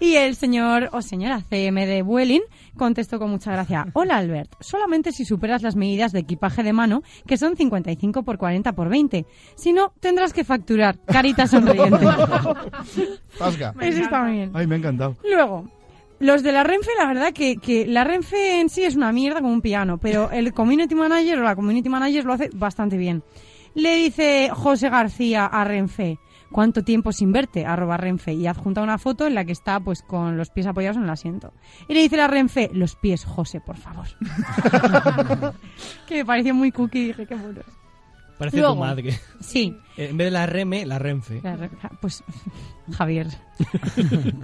S15: y el señor o señora CM de Vueling contestó con mucha gracia. Hola Albert, solamente si superas las medidas de equipaje de mano, que son 55 por 40 por 20. Si no, tendrás que facturar. Carita sonriente.
S2: Zasca.
S15: Eso está muy bien.
S2: Ay, me ha encantado.
S15: Luego, los de la Renfe, la verdad que, que la Renfe en sí es una mierda como un piano, pero el community manager o la community manager lo hace bastante bien. Le dice José García a Renfe, ¿cuánto tiempo sin verte? arroba Renfe y adjunta una foto en la que está pues con los pies apoyados en el asiento. Y le dice la Renfe, los pies, José, por favor. que me pareció muy cookie, dije, qué monos.
S1: Parece
S15: Luego.
S1: tu madre.
S15: Sí.
S1: En vez de la reme, la renfe.
S15: La Re- Pues, Javier.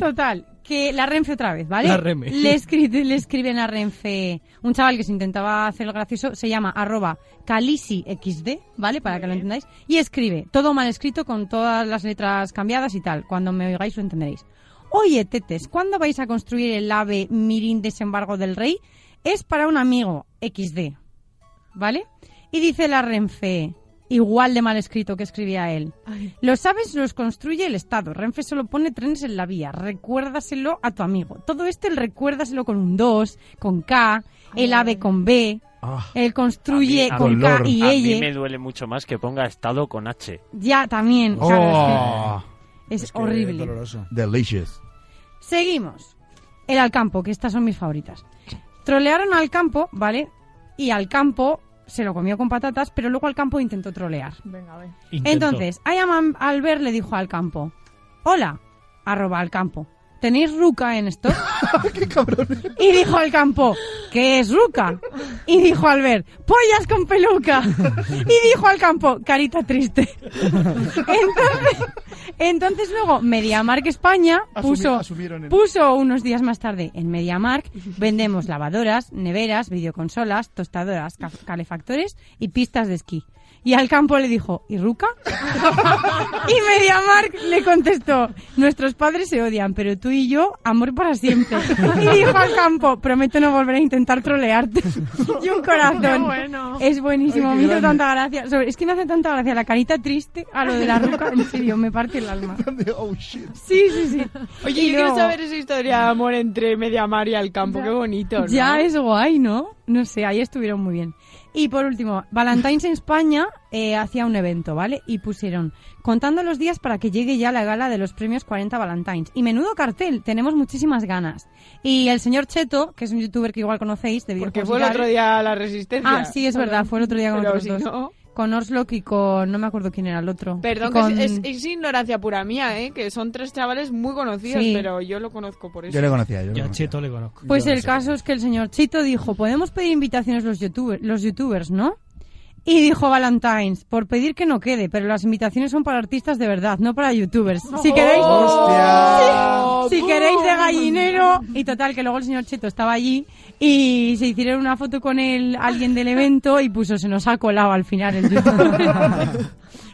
S15: Total, que la Renfe otra vez, ¿vale?
S1: La Reme.
S15: Le, escri- le escriben a Renfe un chaval que se intentaba hacer el gracioso, se llama arroba calisi_xd, ¿vale? Para que lo entendáis. Y escribe, todo mal escrito con todas las letras cambiadas y tal. Cuando me oigáis lo entenderéis. Oye, tetes, ¿cuándo vais a construir el ave Mirín Desembargo del Rey? Es para un amigo, XD. ¿Vale? Y dice la Renfe, igual de mal escrito que escribía él.
S16: Ay.
S15: Los aves los construye el Estado. Renfe solo pone trenes en la vía. Recuérdaselo a tu amigo. Todo este el recuérdaselo con un 2, con K, el ave con B,
S2: Ah.
S15: el construye
S4: A mí-
S15: con K y
S4: a mí me
S15: ella.
S4: duele mucho más que ponga estado con H.
S15: Ya también. claro,
S2: Oh,
S15: es que es horrible.
S2: delicious.
S15: Seguimos. El Alcampo, que estas son mis favoritas. Trolearon al campo, ¿vale? Y al campo se lo comió con patatas, pero luego al campo intentó trolear.
S16: Venga, a ver.
S1: Intentó.
S15: Entonces, Ayaman Albert le dijo al campo, hola, arroba al campo, ¿tenéis ruca en esto? ¡Qué cabrón! Y dijo el campo, ¿qué es ruca? Y dijo Albert, pollas con peluca. Y dijo al campo, carita triste. Entonces, entonces luego Mediamark España
S2: Asumi-
S15: puso,
S2: asumieron el-
S15: puso unos días más tarde en Mediamark, vendemos lavadoras, neveras, videoconsolas, tostadoras, ca- calefactores y pistas de esquí. Y al campo le dijo, ¿y Ruca? Y Mediamark le contestó, nuestros padres se odian, pero tú y yo, amor para siempre. Y dijo al campo, prometo no volver a intentar trolearte. Y un
S22: Qué
S15: corazón.
S22: bueno.
S15: Es buenísimo,
S22: Ay, qué
S15: me hizo
S22: grande.
S15: tanta gracia. Sobre- es que me hace tanta gracia la carita triste a lo de la ruca, en serio, me parte el alma. Sí, sí, sí.
S10: Oye,
S15: Y
S10: yo quiero
S15: luego-
S10: saber esa historia de amor entre Mediamar y Alcampo. Qué bonito, ¿no?
S15: Ya es guay, ¿no? No sé, ahí estuvieron muy bien. Y por último, Valentine's en España eh, hacía un evento, ¿vale? Y pusieron, contando los días para que llegue ya la gala de los premios 40 Valentine's. Y menudo cartel, tenemos muchísimas ganas. Y el señor Cheto, que es un youtuber que igual conocéis, de
S10: Porque
S15: videojuegos
S10: fue
S15: y
S10: el
S15: tal-
S10: otro día la Resistencia.
S15: Ah, sí, es verdad, fue el otro día con
S10: Pero
S15: otros
S10: si
S15: dos.
S10: no-
S15: Con Orslock y con... no me acuerdo quién era el otro.
S10: Perdón,
S15: Y con-
S10: que es, es- es ignorancia pura mía, ¿eh? Que son tres chavales muy conocidos,
S15: Sí.
S10: pero yo lo conozco por eso.
S2: Yo le conocía, yo le
S1: Yo a
S2: conocía.
S1: Cheto le conozco.
S15: Pues el caso es que el señor Chito dijo, podemos pedir invitaciones los, youtuber- los youtubers, ¿no? Y dijo Valentines, por pedir que no quede, pero las invitaciones son para artistas de verdad, no para youtubers. Si queréis,
S18: ¡Hostia!
S15: Sí, si queréis de gallinero. Y total, que luego el señor Cheto estaba allí y se hicieron una foto con el alguien del evento y puso, se nos ha colado al final el youtuber.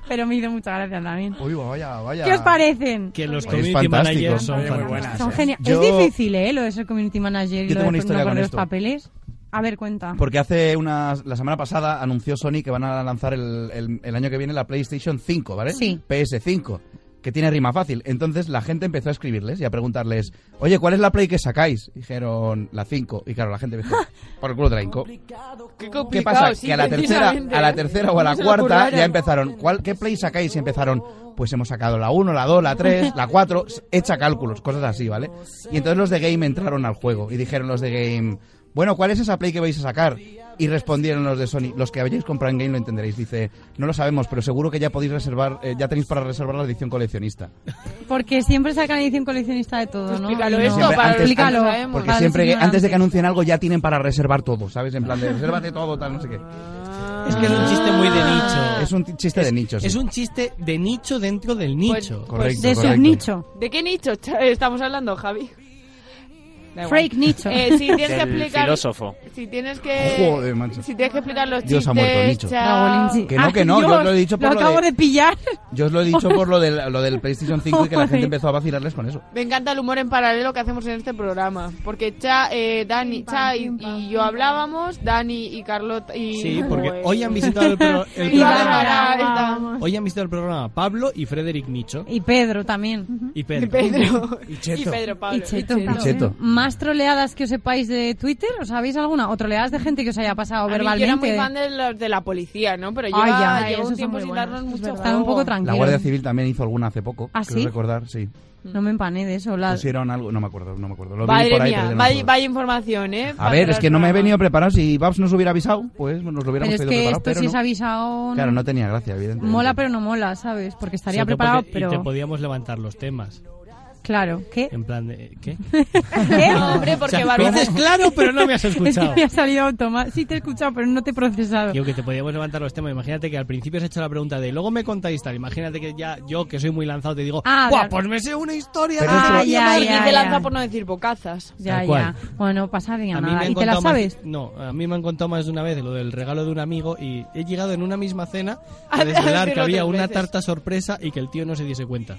S15: pero me hizo mucha gracia también.
S2: Uy, vaya, vaya.
S15: ¿Qué os parecen?
S1: Que los
S2: Es
S1: community
S2: fantástico.
S1: managers son
S2: Oye, muy
S1: fantásticos.
S2: buenas,
S15: Son
S2: eh.
S15: genial.
S2: Yo-
S15: Es difícil, ¿eh? Lo de ser community manager y
S2: Yo
S15: lo
S2: tengo
S15: de
S2: una
S15: no
S2: historia con
S15: poner los
S2: esto.
S15: papeles. A ver, cuenta.
S2: Porque hace unas. La semana pasada anunció Sony que van a lanzar el, el- el año que viene la PlayStation 5, ¿vale?
S15: Sí.
S2: PS5. Que tiene rima fácil. Entonces la gente empezó a escribirles y a preguntarles, oye, ¿cuál es la Play que sacáis? Dijeron la 5. Y claro, la gente dijo, por el culo de la 5.
S10: Qué,
S2: ¿Qué
S10: complicado,
S2: pasa?
S10: sí,
S2: que a la tercera,
S10: precisamente.
S2: a la tercera o a la
S10: No se lo
S2: cuarta
S10: curraron.
S2: ya empezaron. ¿Cuál, ¿Qué play sacáis? Y empezaron. Pues hemos sacado la 1, la 2, la 3, la 4. Echa cálculos, cosas así, ¿vale? Y entonces los de Game entraron al juego y dijeron los de Game, bueno, ¿cuál es esa play que vais a sacar? Y respondieron los de Sony, los que habéis comprado en Game lo entenderéis. Dice, no lo sabemos, pero seguro que ya podéis reservar, eh, ya tenéis para reservar la edición coleccionista.
S10: Mm,
S15: Porque siempre sacan edición coleccionista de todo, ¿no?
S10: Pues
S15: Y
S10: Explícalo
S15: no-
S10: esto
S2: Siempre
S10: para los que no
S15: Explícalo.
S10: sabemos.
S2: Porque
S15: Para los
S2: siempre que, antes de que
S15: ignorantes.
S2: anuncien algo ya tienen para reservar todo, ¿sabes? En plan de, resérvate todo, tal, no sé qué.
S1: Es que es un chiste muy
S15: Ah.
S1: de
S10: Ah.
S1: nicho.
S2: Es un t- chiste de nicho, sí.
S1: Es un chiste de nicho dentro del
S10: Pues-
S1: nicho.
S2: Correcto,
S15: De
S2: correcto.
S15: subnicho.
S10: ¿De qué nicho cha- estamos hablando, Javi? Da igual.
S15: Freak nicho.
S10: Eh, si tienes que
S23: Del
S10: explicar.
S23: filósofo.
S10: Si tienes que.
S2: Joder, macho.
S10: Si tienes que explicar los
S2: Dios
S10: chistes.
S2: ha muerto el nicho.
S10: chao.
S15: Raúl, sí.
S2: Que no, que
S15: Ay,
S2: no, yo
S15: Dios,
S2: lo he dicho por lo
S15: acabo
S2: de-
S15: de pillar.
S2: Yo os lo he dicho por lo del, lo del PlayStation 5 y que la gente
S15: Joder.
S2: empezó a vacilarles con eso.
S10: Me encanta el humor en paralelo que hacemos en este programa. Porque Cha, eh, Dani, Cha y, y yo hablábamos, Dani y Carlota y.
S1: Sí, porque
S10: Joder.
S1: hoy han visitado el, pro- el
S10: Y
S1: programa.
S15: Ah,
S10: Bárbara, esta.
S22: Vamos.
S1: Hoy han visitado el programa Pablo y Frederick Nicho
S15: Y Pedro también.
S1: y
S10: Y
S1: Pedro.
S10: Pedro.
S1: Y
S10: Y
S1: Cheto.
S10: Pedro Pablo.
S15: Y Cheto. ¿eh?
S2: Y Cheto.
S15: Más troleadas que os sepáis de Twitter, ¿os sabéis alguna? O troleadas de gente que os haya pasado
S10: A mí, yo era
S15: verbalmente.
S10: muy fan de los de la policía, ¿no? Pero lleva,
S15: Ay, ya,
S10: lleva
S15: esos
S10: un
S15: son
S10: tiempo
S15: muy
S10: sin
S15: buenos,
S10: darnos
S15: es
S10: mucho
S15: verdad.
S10: juego.
S15: Están un poco
S2: La
S15: tranquilos.
S2: Guardia Civil también hizo alguna hace poco.
S15: ¿Ah,
S2: creo
S15: sí?
S2: recordar, sí.
S15: No me empané de eso. la-
S2: Pusieron algo, no me acuerdo, no me acuerdo. Pues Lo vi
S10: Madre
S2: por ahí,
S10: mía,
S2: pero ya no me
S10: vaya,
S2: acuerdo.
S10: vaya información, ¿eh?
S2: A ver, es que no me he venido preparado. Si Babs nos hubiera avisado, pues nos lo
S15: Pero
S2: hubiéramos
S15: es
S2: pedido
S15: que
S2: preparado.
S15: esto
S2: pero
S15: si
S2: no.
S15: es avisado... no-
S2: Claro, no tenía gracia, evidentemente.
S15: Mola pero no mola, ¿sabes? Porque estaría
S1: Sobre todo
S15: preparado,
S1: porque- Y te
S15: pero...
S1: podíamos levantar los temas.
S15: Claro, ¿qué?
S1: En plan, de, ¿qué?
S15: ¿Qué?
S10: No, hombre, porque
S1: O sea,
S10: Bárbara-
S1: dices claro, pero no me has
S15: Es que
S1: escuchado.
S15: me ha salido automático. Sí, te he escuchado, pero no te he procesado.
S1: Digo que te podíamos levantar los temas. Imagínate que al principio has hecho la pregunta de luego me contáis tal. Imagínate que ya yo, que soy muy lanzado, te digo,
S15: Ah,
S1: ¡guau!
S15: claro.
S1: Pues me sé una historia.
S2: Pero
S1: de
S2: eso-
S1: la
S15: Ah,
S1: vida".
S15: ya,
S10: Y
S15: ya,
S10: te
S15: ya.
S10: lanza por no decir bocazas.
S15: Ya,
S1: Tal
S15: ya.
S1: cual.
S15: Bueno, pasa de
S1: A mí me
S15: nada.
S1: han
S15: ¿Y te la
S1: contado más-
S15: sabes?
S1: no, a mí me han contado más de una vez lo del regalo de un amigo y he llegado en una misma cena
S10: A
S1: a desvelar que
S10: decirlo
S1: había
S10: tres
S1: una
S10: veces.
S1: tarta sorpresa y que el tío no se diese cuenta.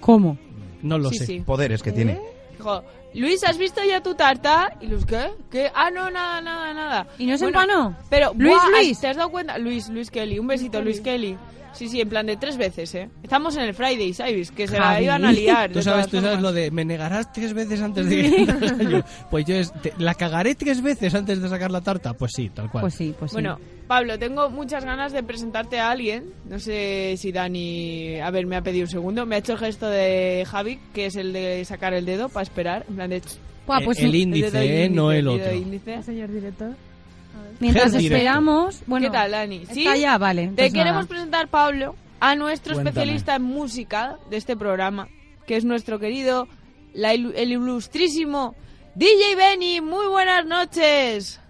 S15: ¿Cómo?
S1: No lo
S10: Sí,
S1: sé.
S10: sí. ¿Eh?
S2: Poderes que tiene.
S10: Dijo, Luis, ¿has visto ya tu tarta? Y Luis, ¿qué? ¿Qué? Ah, no, nada, nada, nada.
S15: ¿Y no se
S10: Bueno,
S15: empanó?
S10: Pero,
S15: Luis,
S10: buah,
S15: Luis.
S10: ¿te has dado cuenta? Luis, Luis Kelly, un besito, Luis Kelly. Sí, sí, en plan de tres veces, ¿eh? Estamos en el Friday, ¿sabes? Que se la
S15: Javi.
S10: iban a liar.
S1: Tú
S10: de
S1: sabes,
S10: todas
S1: tú sabes
S10: formas.
S1: lo de me negarás tres veces antes de que Yo, Pues yo es, te- la cagaré tres veces antes de sacar la tarta. Pues sí, tal cual.
S15: Pues sí, pues sí.
S10: Bueno, Pablo, tengo muchas ganas de presentarte a alguien. No sé si Dani, a ver, me ha pedido un segundo. Me ha hecho el gesto de Javi, que es el de sacar el dedo para esperar. En plan de...
S15: Buah,
S1: Eh,
S15: pues
S1: el
S15: sí.
S1: índice,
S10: dedo
S1: eh, no el
S10: dedo
S1: otro.
S10: índice.
S22: Señor director.
S15: mientras
S1: Ger directo.
S15: esperamos... Bueno,
S10: ¿Qué tal, Dani?
S15: está ya, vale.
S10: Te
S15: entonces
S10: queremos
S15: nada.
S10: presentar, Pablo, a nuestro
S24: Cuéntame.
S10: especialista en música de este programa, que es nuestro querido la ilu- el ilustrísimo DJ Benny. Muy buenas noches.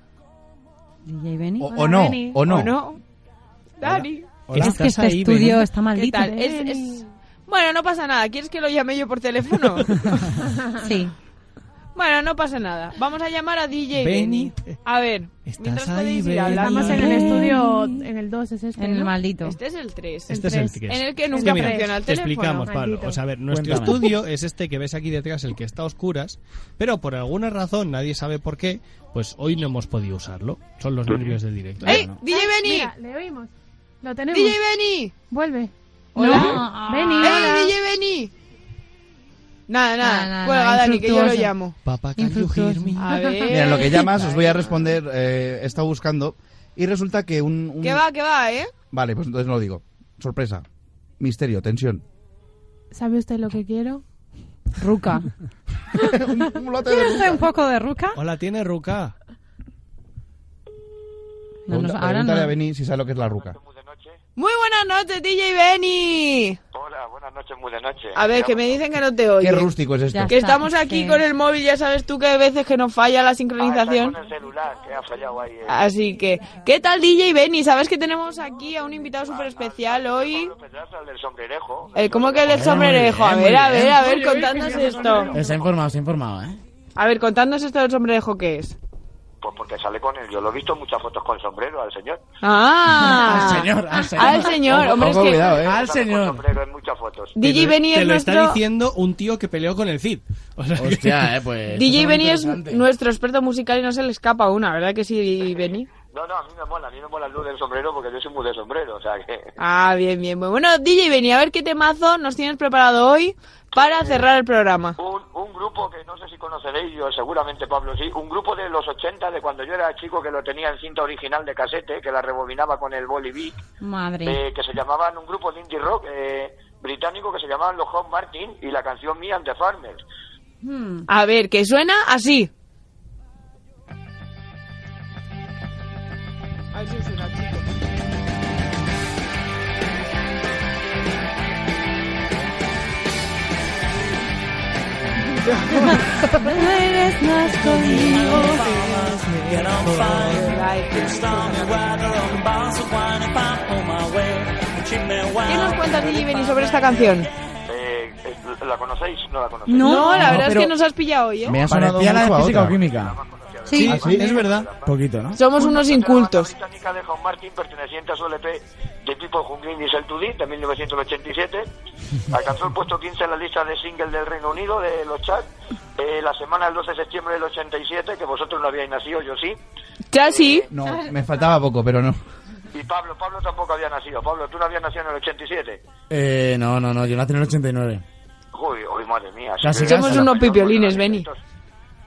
S15: DJ Benny.
S2: O- o Hola, no, Benny. o no.
S10: Dani.
S15: Hola. Es que este estudio está maldito.
S10: ¿Qué tal? Es- es- Bueno, no pasa nada. ¿Quieres que lo llame yo por teléfono?
S15: sí.
S10: Bueno, no pasa nada. Vamos a llamar a DJ
S15: Benny.
S10: Benny. A ver, eh, mientras podéis ir hablando.
S16: Estamos en el estudio, en el 2, es este,
S15: En el
S16: ¿no?
S15: maldito.
S10: Este es el 3.
S1: Este es el 3.
S10: En el que nunca
S1: mira,
S10: funciona el
S1: Te
S10: teléfono.
S1: explicamos, Pablo. O sea, a ver, nuestro
S10: Cuéntame.
S1: estudio es este que ves aquí detrás, el que está a oscuras, pero por alguna razón, nadie sabe por qué, pues hoy no hemos podido usarlo. Son los nervios del directo.
S10: ¡Ey!
S1: Bueno.
S10: ¡DJ Benny!
S16: Mira, le oímos. Lo tenemos.
S10: ¡DJ Benny!
S16: Vuelve.
S10: Hola.
S16: No. Benny,
S10: ¡Eh,
S16: hola.
S10: DJ Benny! Nada, nada.
S16: Nada, nada,
S10: Cuelga, Dani, que yo lo
S16: infructuoso.
S10: llamo.
S1: Papá, can you hear me?
S10: A ver.
S2: Mira, en lo que llamas os voy a responder, eh, he estado buscando y resulta que un... un-
S10: Que va, que va, ¿eh?
S2: Vale, pues entonces no lo digo. Sorpresa. Misterio, tensión.
S16: ¿Sabe usted lo que quiero?
S15: Ruca. ¿Tiene usted un poco de ruca?
S1: Hola, ¿tiene ruca?
S15: No, no,
S2: Pregunta-
S15: ahora
S2: pregúntale
S15: no.
S2: a Beni si sabe lo que es la ruca.
S10: Muy buenas noches, DJ Benny.
S21: Hola, buenas noches, muy de noche. ah,
S10: A ver, que me dicen que no te oye.
S2: Qué rústico es esto.
S10: Que estamos aquí con el móvil, ya sabes tú que hay veces que nos falla la sincronización.
S21: Ah, Con el celular, que ha fallado ahí. eh.
S10: Así que, ¿qué tal DJ Benny? Sabes que tenemos aquí a un invitado súper especial hoy.
S21: Pedraza, el del sombrerejo.
S10: Eh, ¿Cómo que el del sombrerejo? A
S17: Muy bien,
S10: ver, a
S17: muy bien.
S10: ver, a ver, contadnos esto.
S17: Se ha informado, se ha informado, ¿eh?
S10: A ver, contadnos esto del sombrerejo, ¿qué es?
S21: Pues porque sale con él. Yo lo he visto en muchas fotos con sombrero al señor.
S10: Ah,
S17: Al señor, al señor.
S10: Al señor, hombre, es que
S2: eh.
S17: Al señor.
S10: DJ Benny
S1: Te
S10: es
S1: lo está
S10: nuestro-
S1: diciendo un tío que peleó con el Cid. O sea, que-
S17: Hostia, eh, pues...
S10: DJ Benny es nuestro experto musical y no se le escapa una, ¿verdad que sí, Benny?
S21: No, no, a mí me mola, a mí me mola el luz del sombrero porque yo soy muy de sombrero, o sea que...
S10: Ah, bien, bien. Bueno, Bueno, DJ Benny, a ver qué temazo nos tienes preparado hoy para cerrar el programa.
S21: Un, un grupo que no sé si conoceréis, yo seguramente Pablo sí, un grupo de los 80 de cuando yo era chico que lo tenía en cinta original de casete, que la rebobinaba con el bolivic,
S2: Eh,
S15: Madre.
S21: que se llamaban un grupo de indie rock eh, británico que se llamaban los Hot Martin y la canción Me and the Farmers.
S16: Hmm.
S10: A ver, que suena así. ¿Qué nos cuentas, DJ Benny, sobre esta canción?
S21: Eh, eh, ¿La conocéis? No la conocéis.
S10: No, la verdad es que nos has pillado hoy, ¿eh?
S2: Me ha
S17: sonado
S2: Parecía la de
S17: mucho a
S2: física
S17: otra.
S2: o química.
S10: Sí.
S17: Ah, sí,
S2: es
S1: verdad.
S17: Poquito, ¿no?
S10: Somos unos incultos.
S21: británica de John Martin perteneciente a su LP de tipo Junglin y Tudin de 1987. Alcanzó el puesto 15 en la lista de singles del Reino Unido de los charts eh, la semana del 12 de septiembre del 87, que vosotros no habíais nacido, yo sí.
S10: Ya sí.
S2: No, me faltaba poco, pero no.
S21: Y Pablo, Pablo tampoco había nacido. Pablo, tú no habías nacido en el 87.
S17: Eh, no, no, no, yo nací en el 89.
S21: Uy, uy, madre mía.
S17: Casi,
S21: Sí,
S17: casi.
S10: Somos unos pipiolines, Benny.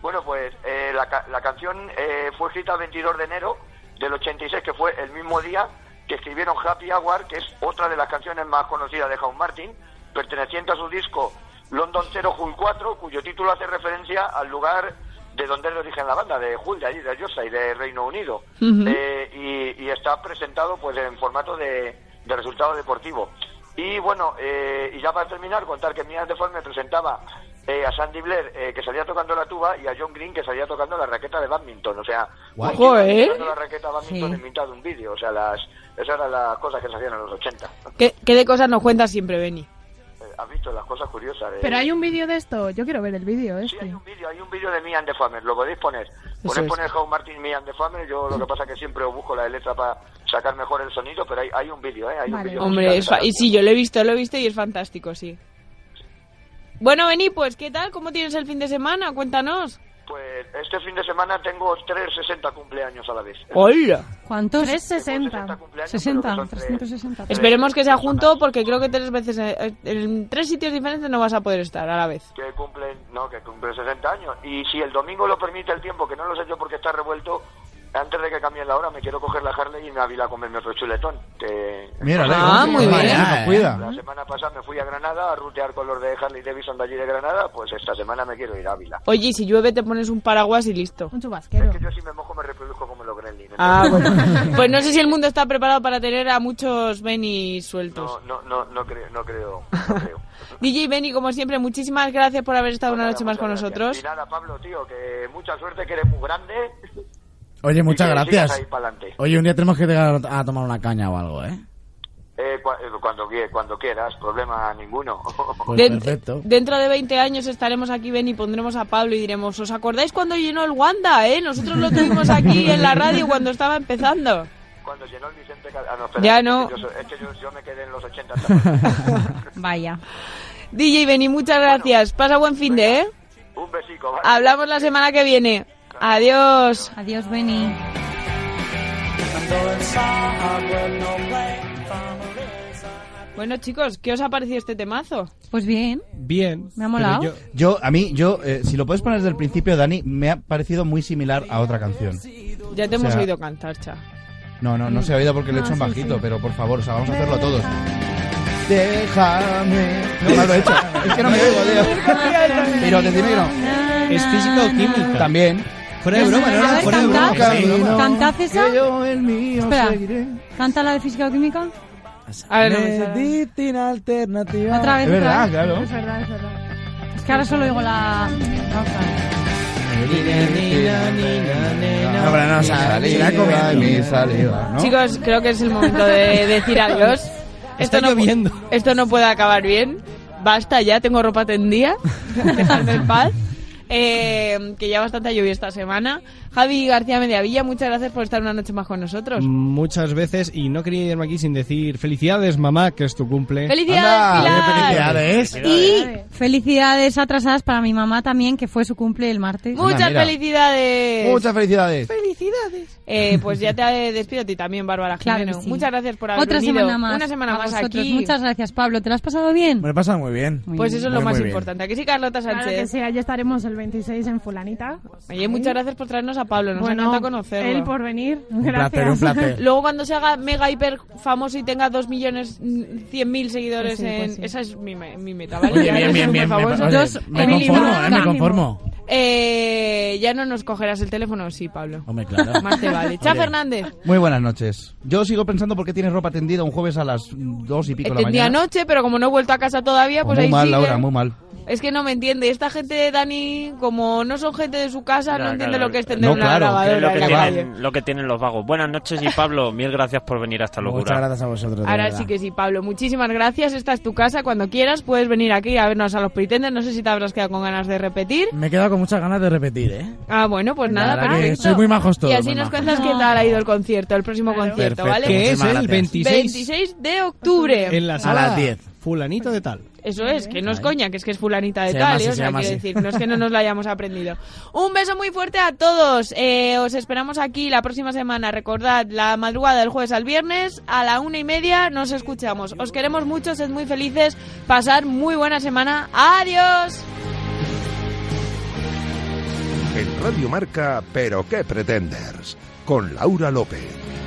S21: Bueno, pues eh, la, ca- la canción eh, fue escrita el 22 de enero del 86, que fue el mismo día que escribieron Happy Hour, que es otra de las canciones más conocidas de House Martin, perteneciente a su disco London 0 Hull 4, cuyo título hace referencia al lugar de donde es de origen la banda, de Hull, de allí, de Yorkshire, de Reino Unido.
S12: Ujú.
S21: Eh, y, y está presentado pues en formato de, de resultado deportivo. Y bueno, eh, y ya para terminar, contar que Mia de me presentaba eh, a Sandy Blair, eh, que salía tocando la tuba, y a John Green, que salía tocando la raqueta de badminton. O sea,
S12: Guau.
S21: un tío
S16: ¿eh?
S10: ¿eh?
S12: Joder.
S21: tocando la raqueta de badminton en mitad de un vídeo. O sea, las, esas eran las cosas que se hacían en los 80.
S10: ¿Qué, qué de cosas nos cuentas siempre, Benny?
S21: Eh, Has visto las cosas curiosas. eh.
S16: Pero hay un vídeo de esto. Yo quiero ver el vídeo este.
S21: un vídeo, hay un vídeo de Me and the Farmer, lo podéis poner.
S16: Eso
S21: Podéis
S16: es.
S21: poner How Martin Me and the Farmer, yo lo que pasa es que siempre os busco la letra para sacar mejor el sonido, pero hay, hay un vídeo, ¿eh? Hay un vídeo musical
S10: Hombre,
S21: de
S10: es
S21: esa
S10: fa- y
S21: canción.
S10: sí, yo lo he visto, lo he visto y es fantástico, sí. Bueno, Benny, pues, ¿qué tal? ¿Cómo tienes el fin de semana? Cuéntanos.
S21: Pues este fin de semana tengo 360 cumpleaños a la vez.
S10: ¡Hola!
S15: ¿Cuántos?
S16: 360.
S15: 60, 360.
S10: Esperemos que sea junto porque creo que tres veces eh, en tres sitios diferentes no vas a poder estar a la vez.
S21: Que cumplen, no, que cumplen 60 años. Y si el domingo lo permite el tiempo, que no lo sé yo porque está revuelto, antes de que cambie la hora, me quiero coger la Harley y me avila a comerme otro chuletón. Que...
S2: Mira,
S10: Ah, muy bien.
S2: Vaya, eh.
S21: La semana pasada me fui a Granada a rutear con los de Harley Davidson de allí de Granada, pues esta semana me quiero ir a Ávila.
S10: Oye, y si llueve te pones un paraguas y listo.
S16: Un chubasquero.
S21: Yo si me mojo me reproduzco como los gremlins.
S10: Ah, bueno. pues no sé si el mundo está preparado para tener a muchos Benny sueltos.
S21: No, no, no, no creo, no creo.
S10: DJ Benny, como siempre, muchísimas gracias por haber estado una noche más con
S21: Y
S10: nosotros.
S21: nada, Pablo, tío, que mucha suerte, que eres muy grande.
S17: Oye, muchas
S21: que sigas
S17: gracias.
S21: ahí pa'lante.
S17: Oye, un día tenemos que llegar a tomar una caña o algo, ¿eh?
S21: Eh, cua- eh, cuando, quie- cuando quieras, problema ninguno.
S10: De- Dentro de 20 años estaremos aquí, Benny, pondremos a Pablo y diremos, ¿os acordáis cuando llenó el Wanda, eh? Nosotros lo tuvimos aquí en la radio cuando estaba empezando.
S21: Cuando llenó el Vicente Cal- ah, no, espera,
S10: Ya
S21: es que
S10: no.
S21: yo so- es que yo, yo me quedé en los 80.
S10: Vaya. DJ Benny, muchas gracias. Pasa buen fin de, ¿eh?
S21: Un besico,
S15: Ah.
S21: ¿vale?
S10: Hablamos la semana que viene. Adiós.
S15: Adiós, Benny.
S10: Bueno, chicos, ¿qué os ha parecido este temazo?
S15: Pues bien.
S1: Bien.
S15: Me ha molado.
S2: Pero Yo, yo- a mí, yo, eh, si lo puedes poner desde el principio, Dani, me ha parecido muy similar a otra canción.
S10: Ya te
S2: O
S10: hemos
S2: sea,
S10: oído cantar, cha.
S2: No, no, no se ha oído porque lo he
S10: Ah,
S2: hecho en
S10: sí,
S2: bajito,
S10: sí.
S2: pero por favor, o sea, vamos a hacerlo todos. Déjame. No, no lo he hecho. Es que no me oigo, tío. Pero te dinero.
S1: Es física o química.
S2: También.
S1: Fuera de broma, no, no,
S15: ¿Sabes
S1: fuera de broma.
S15: cantar?
S1: fuera de broma.
S15: ¿Cantad esa? Espera,
S17: seguiré.
S15: ¿canta la de física o química?
S10: A
S15: ver, no me sale.
S17: Meditin alternativa.
S15: Otra vez, Es otra verdad, vez. claro.
S16: Es verdad, es verdad.
S15: Es que ahora solo digo la... la otra.
S2: No, pero no, o sea,
S17: se la ha comido.
S2: mi saliva, ¿no?
S10: Chicos, creo que es el momento de decir adiós. Esto no, pu- esto no puede acabar bien. Basta ya, tengo ropa tendida. Dejadme en paz. Eh, que ya bastante lluvia esta semana. Javi García Mediavilla, muchas gracias por estar una noche más con nosotros.
S1: Muchas veces, y no quería irme aquí sin decir felicidades, mamá, que es tu cumple.
S10: ¡Felicidades, Pilar!
S15: Y felicidades atrasadas para mi mamá también, que fue su cumple el martes.
S10: Muchas felicidades.
S2: Muchas felicidades.
S10: Felicidades. Eh, pues ya te eh, despido a ti también, Bárbara
S15: Claro que
S10: Jimeno.
S15: sí.
S10: Muchas gracias por haber
S15: Otra
S10: venido.
S15: semana más.
S10: Una semana
S15: a
S10: más
S15: vosotros.
S10: aquí.
S15: Muchas gracias, Pablo. ¿Te lo has pasado bien?
S17: Me lo he pasado muy bien.
S10: Pues eso es lo
S17: Muy,
S10: más
S17: muy bien.
S10: importante. Aquí sí, Carlota
S16: Claro
S10: Sánchez.
S16: que sí, allí estaremos el 26 en Fulanita.
S10: Oye, muchas gracias por traernos a Pablo, nos
S16: Bueno,
S10: encanta conocerlo.
S16: él por venir.
S17: placer, un placer.
S10: Luego cuando se haga mega hiper famoso y tenga 2 millones mm, 100 mil
S15: Pues
S10: seguidores
S15: sí, pues
S10: en...
S15: sí.
S10: Esa es mi, me- mi meta, ¿vale?
S17: Oye,
S10: Ya
S17: bien,
S10: eres
S17: bien, bien. Me,
S10: superfamoso.
S17: oye,
S10: Dos
S17: me
S10: mínimo.
S17: conformo, eh, me conformo.
S10: Eh, ya no nos cogerás el teléfono, sí, Pablo.
S17: Hombre, claro.
S10: Más te vale. Cha
S2: Oye.
S10: Fernández.
S2: Muy buenas noches. Yo sigo pensando por qué tienes ropa tendida un jueves a las dos y pico de la
S10: Entendí
S2: mañana.
S10: anoche, Eh, pero como no he vuelto a casa todavía, pues
S2: muy
S10: ahí
S2: mal,
S10: sigue.
S2: Laura, muy mal.
S10: Es que no me entiende. Esta gente de Dani, como no son gente de su casa, Ah, no entiende lo que es tener
S2: No,
S10: una
S2: claro,
S10: grabadora
S2: que lo
S10: en
S2: que
S10: la
S2: tienen-
S10: calle.
S13: Lo que tienen los vagos. Buenas noches y Pablo, mil gracias por venir hasta locura.
S17: Muchas gracias a vosotros. de
S10: Ahora
S17: verdad.
S10: sí que sí, Pablo. Muchísimas gracias. Esta es tu casa. Cuando quieras puedes venir aquí a vernos a los pretenders. No sé si te habrás quedado con ganas de repetir.
S17: Me he quedado con muchas ganas de repetir, ¿eh.
S10: Ah, bueno, pues
S17: La
S10: nada,
S17: verdad que
S10: perfecto.
S17: sois muy majos todos,
S10: Y así
S17: muy
S10: nos
S17: majos.
S10: cuentas qué tal ha ido el concierto, el próximo concierto,
S17: Perfecto,
S10: ¿vale?
S1: Que es
S17: muchísimas
S1: el Ah.
S17: gracias.
S1: 26
S10: 26 de octubre.
S1: en la sala. 10. Fulanito de tal.
S10: Eso es, que no es coña, que es que es fulanita de
S1: Se llama
S10: tal,
S1: así,
S10: ¿eh? o
S1: se
S10: sea,
S1: llama
S10: quiero
S1: así.
S10: decir, no es que no nos la hayamos aprendido. Un beso muy fuerte a todos, eh, os esperamos aquí la próxima semana, recordad, la madrugada del jueves al viernes, a la una y media nos escuchamos. Os queremos mucho, sed muy felices, pasar muy buena semana, adiós.
S9: En Radio Marca, Pero qué pretenders, con Laura López.